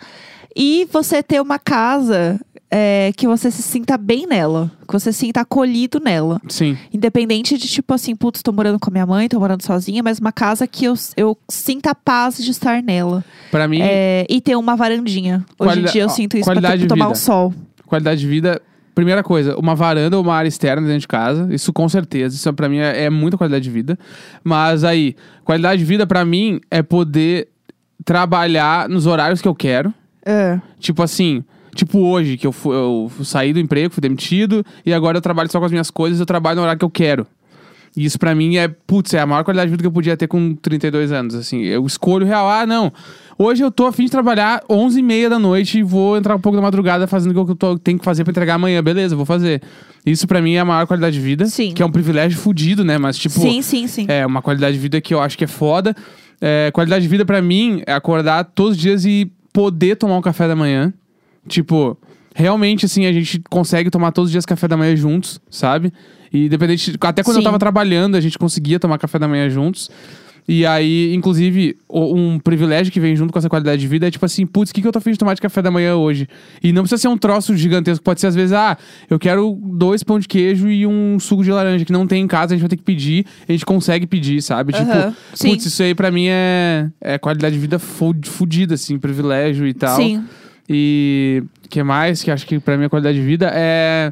Speaker 1: E você ter uma casa é, que você se sinta bem nela, que você se sinta acolhido nela.
Speaker 2: Sim.
Speaker 1: Independente de tipo assim, putz, tô morando com a minha mãe, tô morando sozinha, mas uma casa que eu, eu sinta a paz de estar nela.
Speaker 2: Pra mim,
Speaker 1: É, e ter uma varandinha. Hoje
Speaker 2: Qualida-
Speaker 1: em dia
Speaker 2: ó,
Speaker 1: eu sinto isso pra
Speaker 2: qualidade
Speaker 1: tipo,
Speaker 2: de
Speaker 1: tomar
Speaker 2: vida.
Speaker 1: um sol.
Speaker 2: qualidade de vida. Primeira coisa, uma varanda ou uma área externa dentro de casa. Isso com certeza. Isso pra mim é, é muita qualidade de vida. Mas aí, qualidade de vida pra mim é poder trabalhar nos horários que eu quero.
Speaker 1: É.
Speaker 2: Tipo assim, tipo hoje, que eu, fu- eu saí do emprego, fui demitido, e agora eu trabalho só com as minhas coisas, eu trabalho no horário que eu quero. E isso pra mim é, putz, é a maior qualidade de vida que eu podia ter com 32 anos, assim. Eu escolho real, ah, não. Hoje eu tô a fim de trabalhar 11 e meia da noite e vou entrar um pouco da madrugada fazendo o que eu tô- tenho que fazer pra entregar amanhã. Beleza, vou fazer. Isso pra mim é a maior qualidade de vida.
Speaker 1: Sim.
Speaker 2: Que é um privilégio fudido, né? Mas tipo...
Speaker 1: sim, sim, sim.
Speaker 2: É, uma qualidade de vida que eu acho que é foda. É, qualidade de vida pra mim é acordar todos os dias e poder tomar um café da manhã. Tipo, realmente, assim, a gente consegue tomar todos os dias café da manhã juntos, sabe? E independente. Até quando eu
Speaker 1: Sim.
Speaker 2: tava trabalhando, a gente conseguia tomar café da manhã juntos. E aí, inclusive, o- um privilégio que vem junto com essa qualidade de vida é tipo assim, putz, o que, que eu tô afim de tomar de café da manhã hoje? E não precisa ser um troço gigantesco, pode ser às vezes, ah, eu quero dois pão de queijo e um suco de laranja que não tem em casa, a gente vai ter que pedir, a gente consegue pedir, sabe?
Speaker 1: Aham,
Speaker 2: Tipo,
Speaker 1: sim.
Speaker 2: putz, isso aí pra mim é, é qualidade de vida fu- fudida, assim, privilégio e tal.
Speaker 1: Sim.
Speaker 2: E o que mais que acho que pra mim é qualidade de vida é,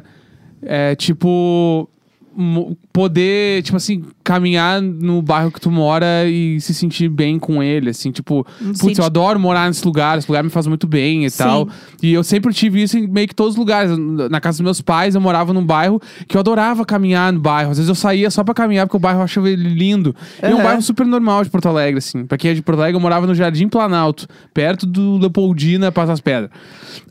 Speaker 2: é tipo mo- poder, tipo assim, caminhar no bairro que tu mora e se sentir bem com ele, assim, tipo, putz,
Speaker 1: senti-
Speaker 2: eu adoro morar nesse lugar, esse lugar me faz muito bem e
Speaker 1: Sim.
Speaker 2: tal. E eu sempre tive isso em meio que todos os lugares. Na casa dos meus pais, eu morava num bairro que eu adorava caminhar no bairro. Às vezes eu saía só pra caminhar porque o bairro eu achava ele lindo. E é um
Speaker 1: Aham.
Speaker 2: bairro super normal de Porto Alegre, assim. Pra quem é de Porto Alegre, eu morava no Jardim Planalto, perto do Leopoldina, Passa as Pedras.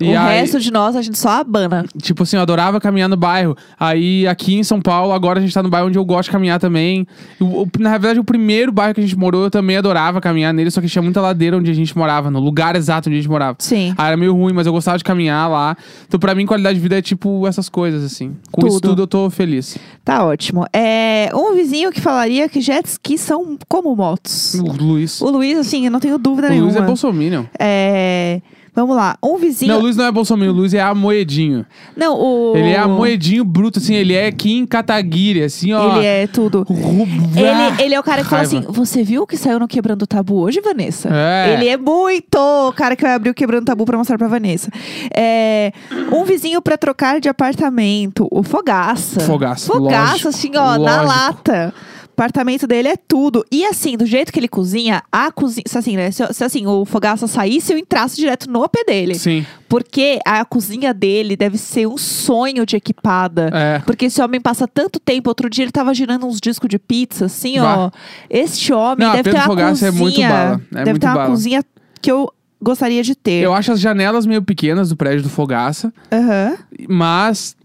Speaker 1: O
Speaker 2: E aí-
Speaker 1: resto de nós, a gente só abana.
Speaker 2: Tipo assim, eu adorava caminhar no bairro. Aí aqui em São Paulo, agora a gente tá no bairro onde eu gosto de caminhar também. O- o- na verdade, o primeiro bairro que a gente morou, eu também adorava caminhar nele, só que tinha muita ladeira onde a gente morava, no lugar exato onde a gente morava.
Speaker 1: Sim.
Speaker 2: Ah, era meio ruim, mas eu gostava de caminhar lá. Então, pra mim, qualidade de vida é tipo essas coisas, assim. Com isso
Speaker 1: Tudo.
Speaker 2: tudo eu tô feliz.
Speaker 1: Tá ótimo. É, um vizinho que falaria que jet ski são como motos.
Speaker 2: O Luiz.
Speaker 1: O Luiz, assim, eu não tenho dúvida
Speaker 2: o
Speaker 1: nenhuma.
Speaker 2: Luiz é Bolsominion.
Speaker 1: É, Vamos lá. Um vizinho.
Speaker 2: Não, o Luiz não é Bolsonaro, o Luiz é amoedinho.
Speaker 1: Não, o.
Speaker 2: Ele é amoedinho bruto, assim, ele é Kim Kataguiri, assim, ó.
Speaker 1: Ele é tudo.
Speaker 2: Rubá.
Speaker 1: Ele, ele é o cara que fala
Speaker 2: Raiva.
Speaker 1: assim: Você viu o que saiu no Quebrando o Tabu hoje, Vanessa?
Speaker 2: É.
Speaker 1: Ele é muito o cara que vai abrir o Quebrando o Tabu pra mostrar pra Vanessa. É, um vizinho pra trocar de apartamento. O Fogaça.
Speaker 2: Fogaça,
Speaker 1: Fogaça,
Speaker 2: lógico,
Speaker 1: assim, ó, na
Speaker 2: lógico.
Speaker 1: lata. O apartamento dele é tudo. E assim, do jeito que ele cozinha, a cozinha. Se assim, né? Se, se assim, o Fogaça saísse, eu entrasse direto no AP dele.
Speaker 2: Sim,
Speaker 1: Porque a cozinha dele deve ser um sonho de equipada.
Speaker 2: é.
Speaker 1: Porque esse homem passa tanto tempo. Outro dia ele tava girando uns discos de pizza, assim, ó. Este homem
Speaker 2: Não,
Speaker 1: deve ter
Speaker 2: Pedro
Speaker 1: uma
Speaker 2: Fogaça
Speaker 1: cozinha.
Speaker 2: é muito bala. É
Speaker 1: deve
Speaker 2: muito
Speaker 1: ter uma
Speaker 2: bala.
Speaker 1: cozinha que eu gostaria de ter.
Speaker 2: Eu acho as janelas meio pequenas do prédio do Fogaça,
Speaker 1: Aham.
Speaker 2: mas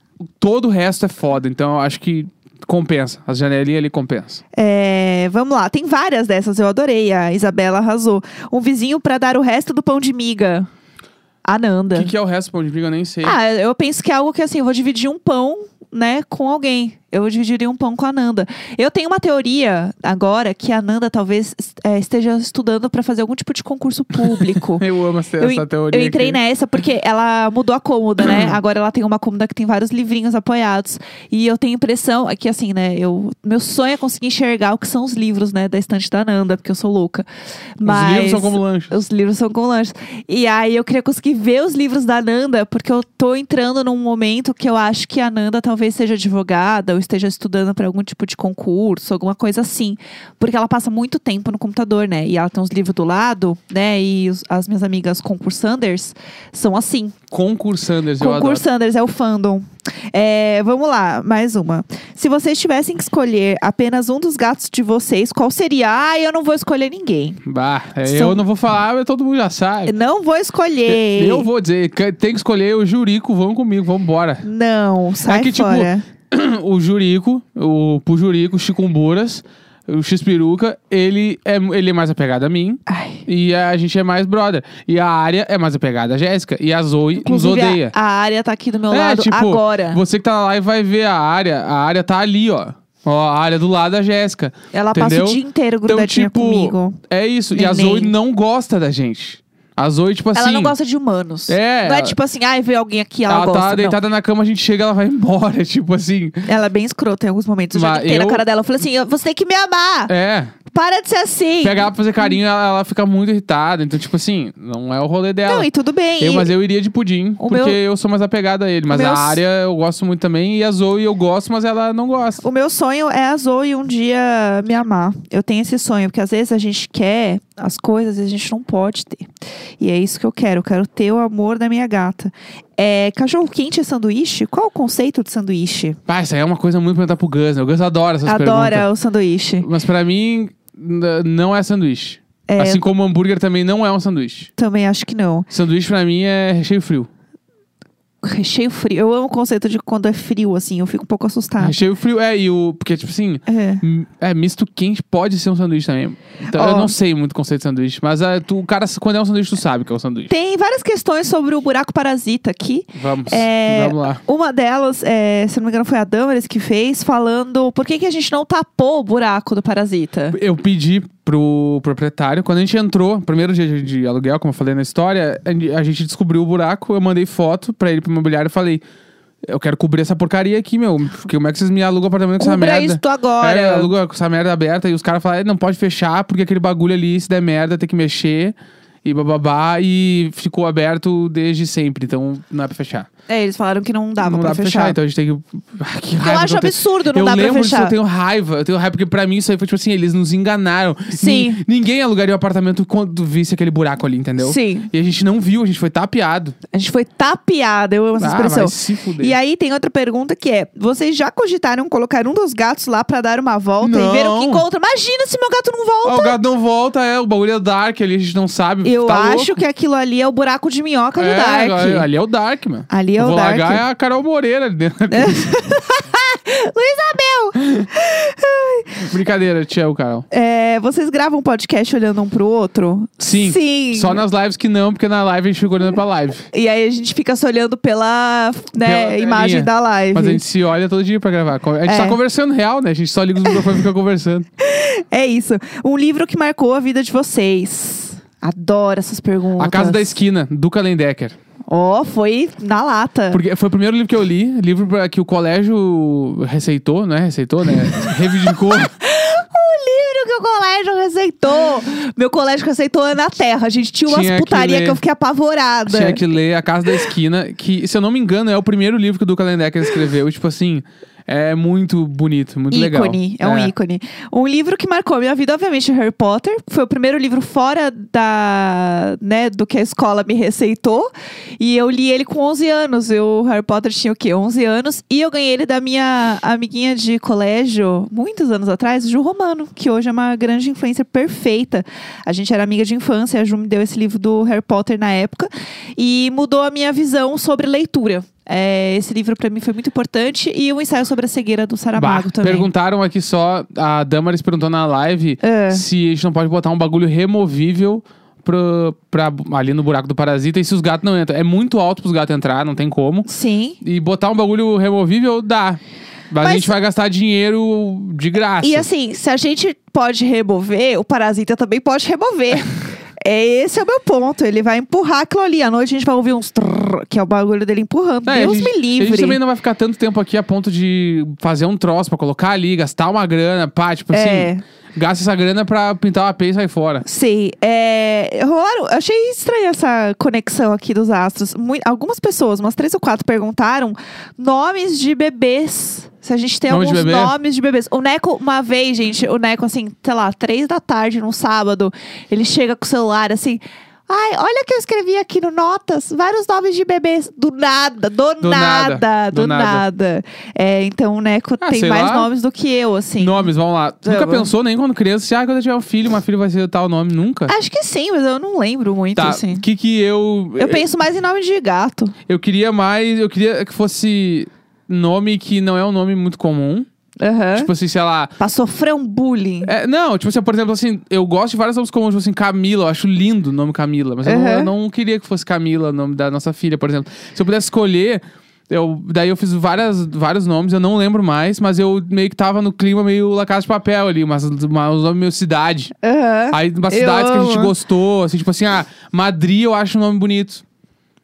Speaker 2: todo o resto é foda. Então eu acho que compensa. As janelinhas ali compensa.
Speaker 1: É, vamos lá, tem várias dessas, eu adorei. A Isabela arrasou. Um vizinho pra dar o resto do pão de miga.
Speaker 2: O
Speaker 1: Ananda.
Speaker 2: que, que é o resto, pão de briga? Eu nem sei.
Speaker 1: Ah, eu penso que é algo que assim, eu vou dividir um pão, né, com alguém. Eu dividiria um pão com a Nanda. Eu tenho uma teoria agora que a Nanda talvez es- é, esteja estudando para fazer algum tipo de concurso público.
Speaker 2: Eu amo essa,
Speaker 1: Eu, en-
Speaker 2: essa teoria.
Speaker 1: eu entrei
Speaker 2: aqui.
Speaker 1: nessa porque ela mudou a cômoda, né? Agora ela tem uma cômoda que tem vários livrinhos apoiados. E eu tenho a impressão é que, assim, né? Eu, meu sonho é conseguir enxergar o que são os livros, né? Da estante da Nanda, porque eu sou louca. Mas
Speaker 2: Os livros são como lanche.
Speaker 1: os livros são com lanches. E aí eu queria conseguir ver os livros da Nanda, porque eu tô entrando num momento que eu acho que a Nanda talvez seja advogada ou esteja estudando para algum tipo de concurso, alguma coisa assim. Porque ela passa muito tempo no computador, né? E ela tem uns livros do lado, né? E os- as minhas amigas concursanders são assim.
Speaker 2: Concursanders, eu adoro.
Speaker 1: Concursanders é o fandom. É, vamos lá, mais uma. Se vocês tivessem que escolher apenas um dos gatos de vocês, qual seria? Ah, eu não vou escolher ninguém.
Speaker 2: Bah, é,
Speaker 1: São-
Speaker 2: eu não vou falar, mas todo mundo já sabe.
Speaker 1: Eu Não vou escolher.
Speaker 2: Eu vou dizer, que- tem que escolher o Jurico, vão comigo, vamos embora.
Speaker 1: Não, sai
Speaker 2: que, tipo,
Speaker 1: fora.
Speaker 2: O Jurico, o pro Jurico, o Chicumburas, o X-Peruca, ele é, ele é mais apegado a mim.
Speaker 1: Ai.
Speaker 2: E a gente é mais brother. E a área é mais apegada à Jéssica. E a Zoe nos
Speaker 1: Inclusive, a-
Speaker 2: odeia.
Speaker 1: A, área tá aqui do meu
Speaker 2: É,
Speaker 1: lado
Speaker 2: tipo,
Speaker 1: agora.
Speaker 2: Você que tá lá e vai ver a área, a área tá ali, ó. Ó, a área do lado da Jéssica.
Speaker 1: Ela
Speaker 2: entendeu?
Speaker 1: passa o dia inteiro
Speaker 2: Então,
Speaker 1: grudadinha
Speaker 2: tipo,
Speaker 1: comigo.
Speaker 2: É isso. E a
Speaker 1: Neném.
Speaker 2: Zoe não gosta da gente. A Zoe, tipo assim.
Speaker 1: ela não gosta de humanos.
Speaker 2: É,
Speaker 1: não é
Speaker 2: ela-
Speaker 1: tipo assim, ai, veio alguém aqui, ela,
Speaker 2: ela
Speaker 1: gosta.
Speaker 2: tá
Speaker 1: não.
Speaker 2: deitada na cama, a gente chega, ela vai embora. Tipo assim.
Speaker 1: Ela é bem escrota em alguns momentos. Eu já
Speaker 2: Mas
Speaker 1: gritei na
Speaker 2: eu-
Speaker 1: cara dela. Eu falei assim, "Eu- você tem que me amar.
Speaker 2: É.
Speaker 1: Para de ser assim.
Speaker 2: Pega ela pra fazer carinho, ela, ela fica muito irritada. Então, tipo assim, não é o rolê dela.
Speaker 1: Não, e tudo bem.
Speaker 2: Eu,
Speaker 1: e-
Speaker 2: mas eu iria de pudim,
Speaker 1: O
Speaker 2: porque
Speaker 1: meu-
Speaker 2: eu sou mais apegado a ele. Mas
Speaker 1: meus-
Speaker 2: a área eu gosto muito também. E a Zoe eu gosto, mas ela não gosta.
Speaker 1: O meu sonho é a Zoe um dia me amar. Eu tenho esse sonho, porque às vezes a gente quer as coisas e a gente não pode ter. E é isso que eu quero. Eu quero ter o amor da minha gata. É, cachorro quente é sanduíche? Qual o conceito de sanduíche?
Speaker 2: Pá, isso aí é uma coisa muito pra perguntar pro Gus, né? O Gus adora essas
Speaker 1: Adora
Speaker 2: perguntas.
Speaker 1: o sanduíche.
Speaker 2: Mas pra mim, n- não é sanduíche. Assim como hambúrguer também não é um sanduíche.
Speaker 1: Também acho que não.
Speaker 2: Sanduíche pra mim é recheio frio.
Speaker 1: Recheio frio. Eu amo o conceito de quando é frio, assim. Eu fico um pouco assustada.
Speaker 2: Recheio frio é, e o. Porque, tipo assim.
Speaker 1: É.
Speaker 2: m- É, misto quente pode ser um sanduíche também. Então,
Speaker 1: Ó.
Speaker 2: Eu não sei muito o conceito de sanduíche, mas ah, tu, o cara, quando é um sanduíche, tu sabe que é um sanduíche.
Speaker 1: Tem várias questões sobre o buraco parasita aqui.
Speaker 2: Vamos.
Speaker 1: É,
Speaker 2: Vamos lá.
Speaker 1: Uma delas, é, se não me engano, foi a Damaris que fez, falando por que, que a gente não tapou o buraco do parasita.
Speaker 2: Eu pedi pro proprietário, quando a gente entrou, primeiro dia de, de aluguel, como eu falei na história, a gente- a gente descobriu o buraco, eu mandei foto pra ele pro imobiliário e falei: Eu quero cobrir essa porcaria aqui, meu. Porque como é que vocês me alugam apartamento com essa
Speaker 1: Cubra
Speaker 2: merda?
Speaker 1: isso agora.
Speaker 2: É, aluga com essa merda aberta e os caras falam, "É, não pode fechar, porque aquele bagulho ali, se der merda, tem que mexer. E bababá, e ficou aberto desde sempre, então não é pra fechar.
Speaker 1: É, eles falaram que não dava
Speaker 2: não
Speaker 1: pra
Speaker 2: dá pra
Speaker 1: fechar.
Speaker 2: fechar, então a gente tem que. Ah, que
Speaker 1: Eu
Speaker 2: raiva
Speaker 1: acho
Speaker 2: que tenho.
Speaker 1: absurdo, não
Speaker 2: eu
Speaker 1: dá pra
Speaker 2: lembro disso,
Speaker 1: fechar.
Speaker 2: eu tenho raiva. Eu tenho raiva, porque pra mim isso aí foi tipo assim, eles nos enganaram.
Speaker 1: Sim.
Speaker 2: Ni- ninguém alugaria o apartamento quando visse aquele buraco ali, entendeu?
Speaker 1: Sim.
Speaker 2: E a gente não viu, a gente foi tapeado.
Speaker 1: A gente foi tapeada, eu amo essa
Speaker 2: ah,
Speaker 1: expressão.
Speaker 2: vai se fuder.
Speaker 1: E aí tem outra pergunta que é: vocês já cogitaram colocar um dos gatos lá pra dar uma volta e
Speaker 2: Não.
Speaker 1: ver o que encontra? Imagina se meu gato não volta.
Speaker 2: Ah, o gato não volta, é, o bagulho é dark ali, a gente não sabe.
Speaker 1: eu
Speaker 2: tá
Speaker 1: acho
Speaker 2: louco.
Speaker 1: que aquilo ali é o buraco de minhoca do
Speaker 2: é,
Speaker 1: Dark.
Speaker 2: Ali, ali é o Dark, mano.
Speaker 1: Ali é
Speaker 2: Eu
Speaker 1: o
Speaker 2: vou
Speaker 1: Dark.
Speaker 2: largar é a Carol Moreira ali dentro.
Speaker 1: Luísa Mel!
Speaker 2: Brincadeira, te amo, Carol.
Speaker 1: É, vocês gravam um podcast olhando um pro outro?
Speaker 2: Sim.
Speaker 1: Sim.
Speaker 2: Só nas lives que não, porque na live a gente fica olhando pra live.
Speaker 1: E aí a gente fica se olhando pela, né,
Speaker 2: Pela
Speaker 1: imagem
Speaker 2: telinha.
Speaker 1: da live.
Speaker 2: Mas a gente se olha todo dia pra gravar. A gente
Speaker 1: É.
Speaker 2: tá conversando real, né? A gente só liga os microfones e fica conversando.
Speaker 1: É isso. Um livro que marcou a vida de vocês. Adoro essas perguntas.
Speaker 2: A Casa da Esquina, do Kalendecker.
Speaker 1: Ó, foi na lata.
Speaker 2: Porque foi o primeiro livro que eu li, livro pra- que o colégio receitou, não é receitou, né? Reivindicou.
Speaker 1: É. O Um livro que o colégio receitou. Meu colégio receitou Ana Terra. A gente tinha umas
Speaker 2: Tinha que
Speaker 1: putaria que,
Speaker 2: ler.
Speaker 1: eu fiquei apavorada.
Speaker 2: Tinha que ler A Casa da Esquina, que, se eu não me engano, é o primeiro livro que o Duca Lendecker escreveu. E, tipo assim, é muito bonito, muito legal.
Speaker 1: ícone, é um ícone. Um livro que marcou a minha vida, obviamente, é Harry Potter. Foi o primeiro livro fora da, né, do que a escola me receitou. E eu li ele com 11 anos. Eu, Harry Potter tinha o quê? 11 anos. E eu ganhei ele da minha amiguinha de colégio, muitos anos atrás, Ju Romano, que hoje é uma grande influencer perfeita. A gente era amiga de infância, a Ju me deu esse livro do Harry Potter na época. E mudou a minha visão sobre leitura. É, esse livro pra mim foi muito importante e um ensaio sobre a cegueira do Saramago
Speaker 2: Bah,
Speaker 1: também.
Speaker 2: Perguntaram aqui só, a Damaris perguntou na live
Speaker 1: É.
Speaker 2: se a gente não pode botar um bagulho removível pro, pra, ali no buraco do parasita e se os gatos não entram. É muito alto pros gatos entrar, não tem como.
Speaker 1: Sim.
Speaker 2: E botar um bagulho removível dá. Mas, a
Speaker 1: Mas-
Speaker 2: gente vai gastar dinheiro de graça.
Speaker 1: E assim, se a gente pode remover, o parasita também pode remover. é esse é o meu ponto. Ele vai empurrar aquilo ali. À noite a gente vai ouvir uns trrr, que é o bagulho dele empurrando.
Speaker 2: É, a
Speaker 1: Deus
Speaker 2: gente-
Speaker 1: me
Speaker 2: A gente
Speaker 1: livre.
Speaker 2: também não vai ficar tanto tempo aqui a ponto de fazer um troço pra colocar ali, gastar uma grana, pá, tipo
Speaker 1: É.
Speaker 2: assim, gasta essa grana pra pintar uma peça e sai fora.
Speaker 1: Sim, é, rolaram. eu Achei estranha essa conexão aqui dos astros. Mui- algumas pessoas, umas três ou quatro, perguntaram nomes de bebês. Se a gente tem
Speaker 2: Nome de
Speaker 1: alguns
Speaker 2: bebê?
Speaker 1: nomes de bebês. O Neco, uma vez, gente, o Neco, assim, sei lá, três da tarde, num sábado, ele chega com o celular assim. Ai, olha o que eu escrevi aqui no Notas, vários nomes de bebês. Do nada, do,
Speaker 2: Do
Speaker 1: nada,
Speaker 2: nada,
Speaker 1: do,
Speaker 2: do nada.
Speaker 1: nada. É, então o Neco
Speaker 2: Ah,
Speaker 1: tem
Speaker 2: sei
Speaker 1: mais
Speaker 2: lá.
Speaker 1: nomes do que eu, assim.
Speaker 2: Nomes, vamos lá.
Speaker 1: É,
Speaker 2: Nunca
Speaker 1: vamos.
Speaker 2: pensou nem quando criança, se ah, quando eu tiver um filho, uma filha vai ser tal nome, nunca.
Speaker 1: Acho que sim, mas eu não lembro muito,
Speaker 2: tá,
Speaker 1: assim.
Speaker 2: que que eu,
Speaker 1: Eu penso mais em nome de gato.
Speaker 2: eu queria mais, eu queria que fosse nome que não é um nome muito comum.
Speaker 1: Aham.
Speaker 2: Tipo assim, sei lá,
Speaker 1: pra sofrer um bullying.
Speaker 2: É, não, tipo assim, por exemplo, assim, eu gosto de vários nomes comuns, tipo assim, Camila, eu acho lindo o nome Camila, mas eu, não,
Speaker 1: Aham.
Speaker 2: eu não queria que fosse Camila o nome da nossa filha, por exemplo. Se eu pudesse escolher, eu, daí eu fiz várias, vários nomes, eu não lembro mais, mas eu meio que tava no clima meio La Casa de Papel ali, mas uma, os nomes meio cidade.
Speaker 1: Aham.
Speaker 2: Aí umas
Speaker 1: Eu
Speaker 2: cidades que a gente
Speaker 1: amo.
Speaker 2: gostou, assim, tipo assim, ah, Madrid eu acho um nome bonito.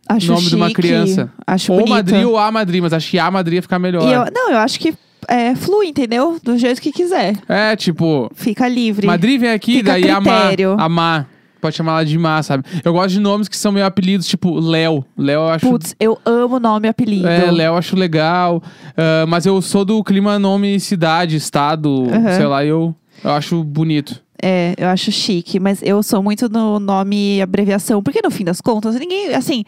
Speaker 1: Acho
Speaker 2: nome de uma
Speaker 1: chique.
Speaker 2: criança.
Speaker 1: Acho
Speaker 2: ou
Speaker 1: bonito.
Speaker 2: Madrid ou A Madrid, mas acho que A Madrid ia ficar melhor.
Speaker 1: E eu- não, eu acho que é, flui, entendeu? Do jeito que quiser.
Speaker 2: É, tipo,
Speaker 1: Fica livre.
Speaker 2: Madrid vem aqui,
Speaker 1: Fica a
Speaker 2: daí amar.
Speaker 1: critério.
Speaker 2: Amar. Pode chamar ela de Má, sabe? Eu gosto de nomes que são meio apelidos, tipo Léo. Léo eu acho.
Speaker 1: Putz, eu amo nome e apelido.
Speaker 2: é, Léo eu acho legal. Ah, mas eu sou do clima nome cidade, estado,
Speaker 1: Aham.
Speaker 2: sei lá, eu, eu acho bonito.
Speaker 1: É, eu acho chique, mas eu sou muito no nome e abreviação, porque no fim das contas, ninguém, assim,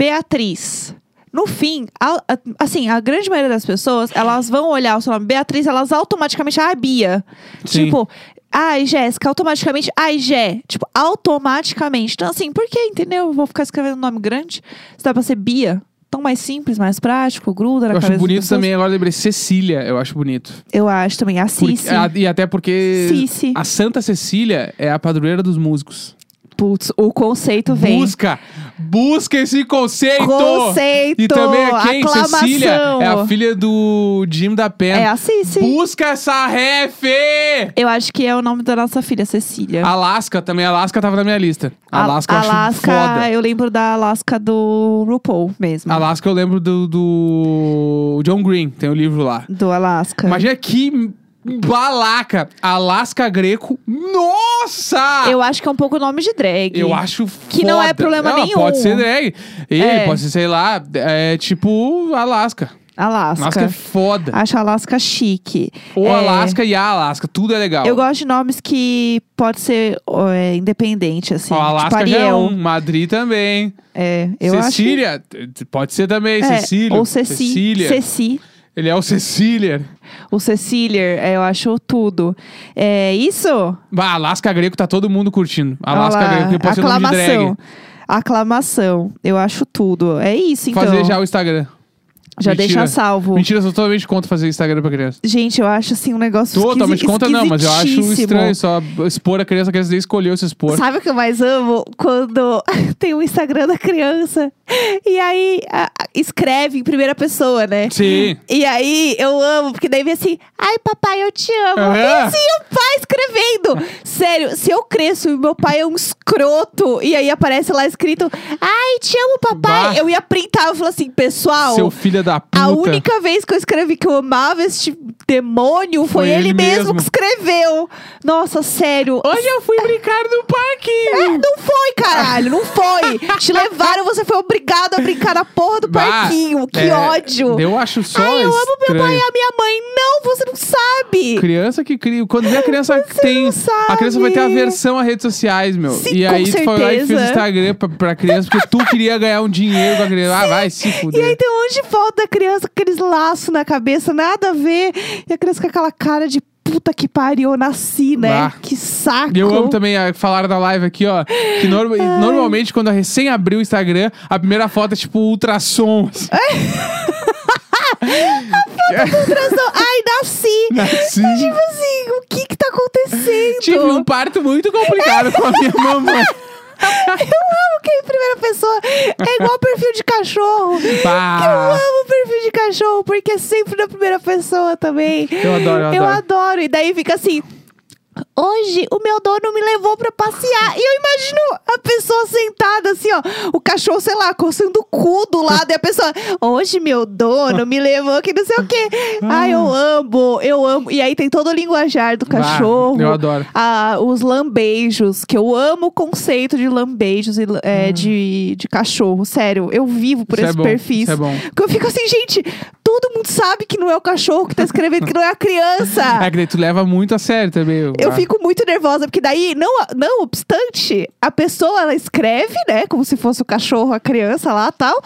Speaker 1: Beatriz. No fim, a- a- assim, a grande maioria das pessoas, elas vão olhar o seu nome Beatriz, elas automaticamente, ah, Bia.
Speaker 2: Sim.
Speaker 1: Tipo, ai, Jéssica, automaticamente, ai, Jé. Tipo, automaticamente. Então, assim, por que, entendeu? Eu vou ficar escrevendo um nome grande? Se dá pra ser Bia. Tão mais simples, mais prático, gruda na
Speaker 2: eu
Speaker 1: cabeça
Speaker 2: acho
Speaker 1: das
Speaker 2: bonito
Speaker 1: pessoas.
Speaker 2: também, agora eu lembrei, Cecília, eu acho bonito.
Speaker 1: Eu acho também. A
Speaker 2: Porque-
Speaker 1: Cici.
Speaker 2: a- e até porque
Speaker 1: Cici.
Speaker 2: a Santa Cecília é a padroeira dos músicos.
Speaker 1: Putz, o conceito vem.
Speaker 2: Busca! Busca esse conceito!
Speaker 1: Conceito!
Speaker 2: E também é quem?
Speaker 1: Aclamação!
Speaker 2: Cecília é a filha do Jim da Penn.
Speaker 1: É a Cici.
Speaker 2: Busca essa ref!
Speaker 1: Eu acho que é o nome da nossa filha, Cecília.
Speaker 2: Alasca também, Alasca tava na minha lista. Alasca eu acho
Speaker 1: Alaska,
Speaker 2: foda.
Speaker 1: eu lembro da Alaska do RuPaul mesmo.
Speaker 2: Alasca eu lembro do, do John Green, tem o livro lá.
Speaker 1: Do Alaska.
Speaker 2: Imagina que balaca! Alasca Greco, nossa!
Speaker 1: Eu acho que é um pouco nome de drag.
Speaker 2: Ah! Eu acho foda.
Speaker 1: Que não é problema
Speaker 2: Ela
Speaker 1: nenhum.
Speaker 2: Pode ser drag. Ele
Speaker 1: É.
Speaker 2: pode ser, sei lá, é tipo Alasca.
Speaker 1: Alaska.
Speaker 2: Alasca é foda.
Speaker 1: Acho Alaska chique.
Speaker 2: Ou
Speaker 1: Ah, É,
Speaker 2: Alasca e a Alasca, tudo é legal.
Speaker 1: Eu gosto de nomes que pode ser ó, é, independente, assim.
Speaker 2: Ó, Alasca
Speaker 1: tipo
Speaker 2: já é
Speaker 1: Ariel.
Speaker 2: um, Madrid também.
Speaker 1: É, eu acho que-
Speaker 2: Cecília, t- t- pode ser também,
Speaker 1: É,
Speaker 2: Cecília.
Speaker 1: Ou Ceci.
Speaker 2: Cecília.
Speaker 1: Ceci.
Speaker 2: Ele é o Cecília.
Speaker 1: O Cecília, é, eu acho tudo. É isso?
Speaker 2: Bah, Alasca Greco tá todo mundo curtindo. Alasca
Speaker 1: Olha lá,
Speaker 2: Greco, que pode ser nome de
Speaker 1: aclamação.
Speaker 2: drag.
Speaker 1: Aclamação. Eu acho tudo. É isso, então.
Speaker 2: Fazer já o Instagram.
Speaker 1: Já
Speaker 2: Mentira.
Speaker 1: deixa salvo.
Speaker 2: Mentira, eu sou totalmente contra fazer Instagram pra criança.
Speaker 1: Gente, eu acho assim um negócio
Speaker 2: Totalmente
Speaker 1: esquisi-
Speaker 2: contra, não, tá, mas eu acho
Speaker 1: esquisitíssimo.
Speaker 2: estranho só expor a criança, a criança nem escolheu se expor.
Speaker 1: Sabe o que eu mais amo? Quando tem o Instagram da criança e aí a- a- escreve em primeira pessoa, né?
Speaker 2: Sim.
Speaker 1: E aí eu amo, porque daí vem assim, ai papai, eu te amo.
Speaker 2: Aham.
Speaker 1: E assim, o pai escrevendo. Sério, se eu cresço e meu pai é um escroto, e aí aparece lá escrito, ai, te amo, papai.
Speaker 2: Bah.
Speaker 1: Eu ia printar e falar assim, pessoal.
Speaker 2: Seu filho da puta.
Speaker 1: A única vez que eu escrevi que eu amava este demônio foi,
Speaker 2: Foi
Speaker 1: ele,
Speaker 2: ele
Speaker 1: mesmo
Speaker 2: mesmo.
Speaker 1: que escreveu. Nossa, sério.
Speaker 2: Hoje eu fui brincar no
Speaker 1: É,
Speaker 2: parque.
Speaker 1: não foi, caralho, não foi. Te levaram, você foi obrigado a brincar na porra do
Speaker 2: Bah,
Speaker 1: parquinho. Que
Speaker 2: é,
Speaker 1: ódio.
Speaker 2: Eu acho só
Speaker 1: Ai, eu amo meu pai
Speaker 2: estranho.
Speaker 1: e a minha mãe. Não, você não sabe.
Speaker 2: Criança que cria. Quando vê a criança que tem.
Speaker 1: não sabe.
Speaker 2: A criança vai ter aversão a redes sociais, meu.
Speaker 1: Sim,
Speaker 2: e
Speaker 1: com
Speaker 2: aí tu foi lá e fez
Speaker 1: certeza.
Speaker 2: Instagram pra, pra criança, porque tu queria ganhar um dinheiro com a criança. Ah, vai se
Speaker 1: E aí
Speaker 2: fuder.
Speaker 1: tem um monte de foto da criança com aqueles laços na cabeça, nada a ver. E a criança com aquela cara de puta que pariu, eu nasci, né?
Speaker 2: Bah.
Speaker 1: Que saco.
Speaker 2: E eu amo também a, falaram na live aqui, ó. Que norma- normalmente, quando a recém abriu o Instagram, a primeira foto é tipo ultrassom. assim.
Speaker 1: Transou- Ai, nasci.
Speaker 2: Nasci.
Speaker 1: Tipo assim, o que que tá acontecendo?
Speaker 2: um Tive um parto muito complicado com a minha mamãe.
Speaker 1: amo que é em primeira pessoa é igual perfil de cachorro.
Speaker 2: Pá.
Speaker 1: Que eu amo perfil de cachorro, porque é sempre na primeira pessoa também.
Speaker 2: Eu adoro, eu adoro.
Speaker 1: adoro. E daí fica assim. Hoje o meu dono me levou pra passear. E eu imagino a pessoa sentada assim, ó. O cachorro, sei lá, coçando o cu do lado. E a pessoa, hoje meu dono me levou que não sei o quê.
Speaker 2: Ah.
Speaker 1: Ai, eu amo, eu amo. E aí tem todo o linguajar do
Speaker 2: Bah,
Speaker 1: cachorro.
Speaker 2: eu adoro.
Speaker 1: Ah, os lambeijos, que eu amo o conceito de lambeijos e, é, de, de cachorro. Sério, eu vivo por
Speaker 2: Hum. Isso é
Speaker 1: esses
Speaker 2: bom,
Speaker 1: perfis.
Speaker 2: isso é bom.
Speaker 1: Porque eu fico assim, gente, todo mundo sabe que não é o cachorro que tá escrevendo, que não é a criança.
Speaker 2: É que daí tu leva muito a sério também.
Speaker 1: Eu
Speaker 2: Ah,
Speaker 1: fico muito nervosa, porque daí, não, não obstante, a pessoa ela escreve, né? Como se fosse o cachorro, a criança lá tal.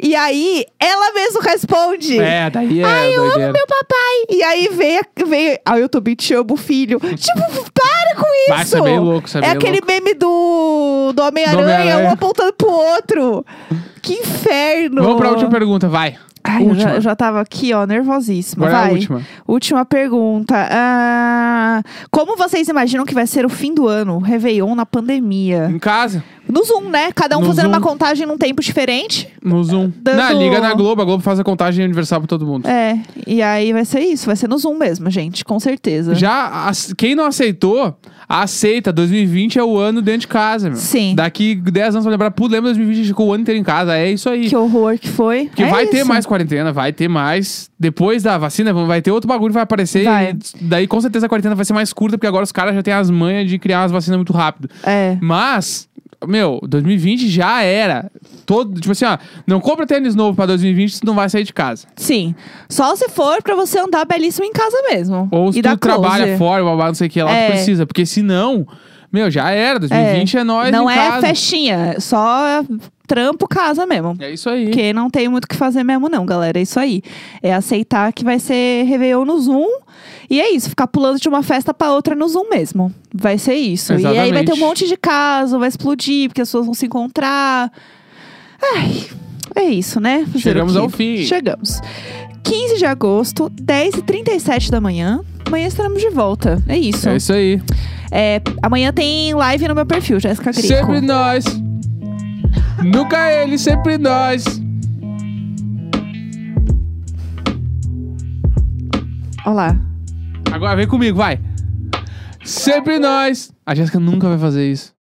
Speaker 1: E aí ela mesma responde.
Speaker 2: É, daí é
Speaker 1: assim, Ai, eu
Speaker 2: doideira.
Speaker 1: amo meu papai. E aí vem, a- vem ah, eu também te amo, filho. Tipo, para com isso.
Speaker 2: Mas isso é meio louco, isso
Speaker 1: É
Speaker 2: é meio
Speaker 1: aquele
Speaker 2: louco.
Speaker 1: meme do, do
Speaker 2: Do
Speaker 1: Homem-Aranha,
Speaker 2: Homem-Aranha.
Speaker 1: um apontando pro outro. Que inferno.
Speaker 2: Vamos pra última pergunta, vai.
Speaker 1: Ai, eu
Speaker 2: última.
Speaker 1: já, eu já tava aqui, ó, nervosíssima.
Speaker 2: Agora é a
Speaker 1: vai.
Speaker 2: última.
Speaker 1: Última pergunta. Ah, como vocês imaginam que vai ser o fim do ano? Réveillon na pandemia.
Speaker 2: Em casa,
Speaker 1: No Zoom, né? Cada um
Speaker 2: No
Speaker 1: fazendo uma
Speaker 2: Zoom.
Speaker 1: contagem num tempo diferente.
Speaker 2: no Zoom.
Speaker 1: Dando-
Speaker 2: Na Liga, na Globo. A Globo faz a contagem universal pra todo mundo.
Speaker 1: É, e aí vai ser isso. Vai ser no Zoom mesmo, gente, com certeza.
Speaker 2: Já, as- quem não aceitou, aceita. 2020 é o ano dentro de casa, meu.
Speaker 1: Sim.
Speaker 2: Daqui 10 anos vai lembrar, pô, lembra 2020, a gente ficou o ano inteiro em casa. É isso aí.
Speaker 1: Que horror que foi.
Speaker 2: Porque
Speaker 1: É
Speaker 2: vai ter
Speaker 1: isso.
Speaker 2: mais quarentena, vai ter mais. Depois da vacina, vão- vai ter outro bagulho que vai aparecer.
Speaker 1: Vai.
Speaker 2: E daí com certeza a quarentena vai ser mais curta, porque agora os caras já têm as manhas de criar as vacinas muito rápido.
Speaker 1: É.
Speaker 2: Mas, meu, 2020 já era. Todo, tipo assim, ó, não compra tênis novo pra 2020, tu não vai sair de casa.
Speaker 1: Sim. Só se for pra você andar belíssimo em casa mesmo.
Speaker 2: Ou se
Speaker 1: e
Speaker 2: tu
Speaker 1: dar close.
Speaker 2: trabalha fora, babá, não sei o que lá,
Speaker 1: É.
Speaker 2: tu precisa. Porque senão, meu, já era. 2020 é, nós
Speaker 1: Não
Speaker 2: em
Speaker 1: é
Speaker 2: casa.
Speaker 1: festinha, é só trampo casa mesmo.
Speaker 2: É isso aí.
Speaker 1: Porque não tem muito o que fazer mesmo, não, galera. É isso aí. É aceitar que vai ser Réveillon no Zoom. E é isso, ficar pulando de uma festa pra outra no Zoom mesmo. Vai ser isso. E aí vai ter um
Speaker 2: Exatamente.
Speaker 1: monte de caso, vai explodir, porque as pessoas vão se encontrar. Ai, é isso, né? Fazer o
Speaker 2: Chegamos
Speaker 1: quê?
Speaker 2: ao fim.
Speaker 1: Chegamos. 15 de agosto, 10h37 da manhã. Amanhã estaremos de volta. É isso.
Speaker 2: É isso aí.
Speaker 1: É, amanhã tem live no meu perfil, Jéssica Grico.
Speaker 2: Sempre nós. Nunca ele, sempre nós.
Speaker 1: Olha lá.
Speaker 2: Agora vem comigo, vai. Sempre nós. A Jéssica nunca vai fazer isso.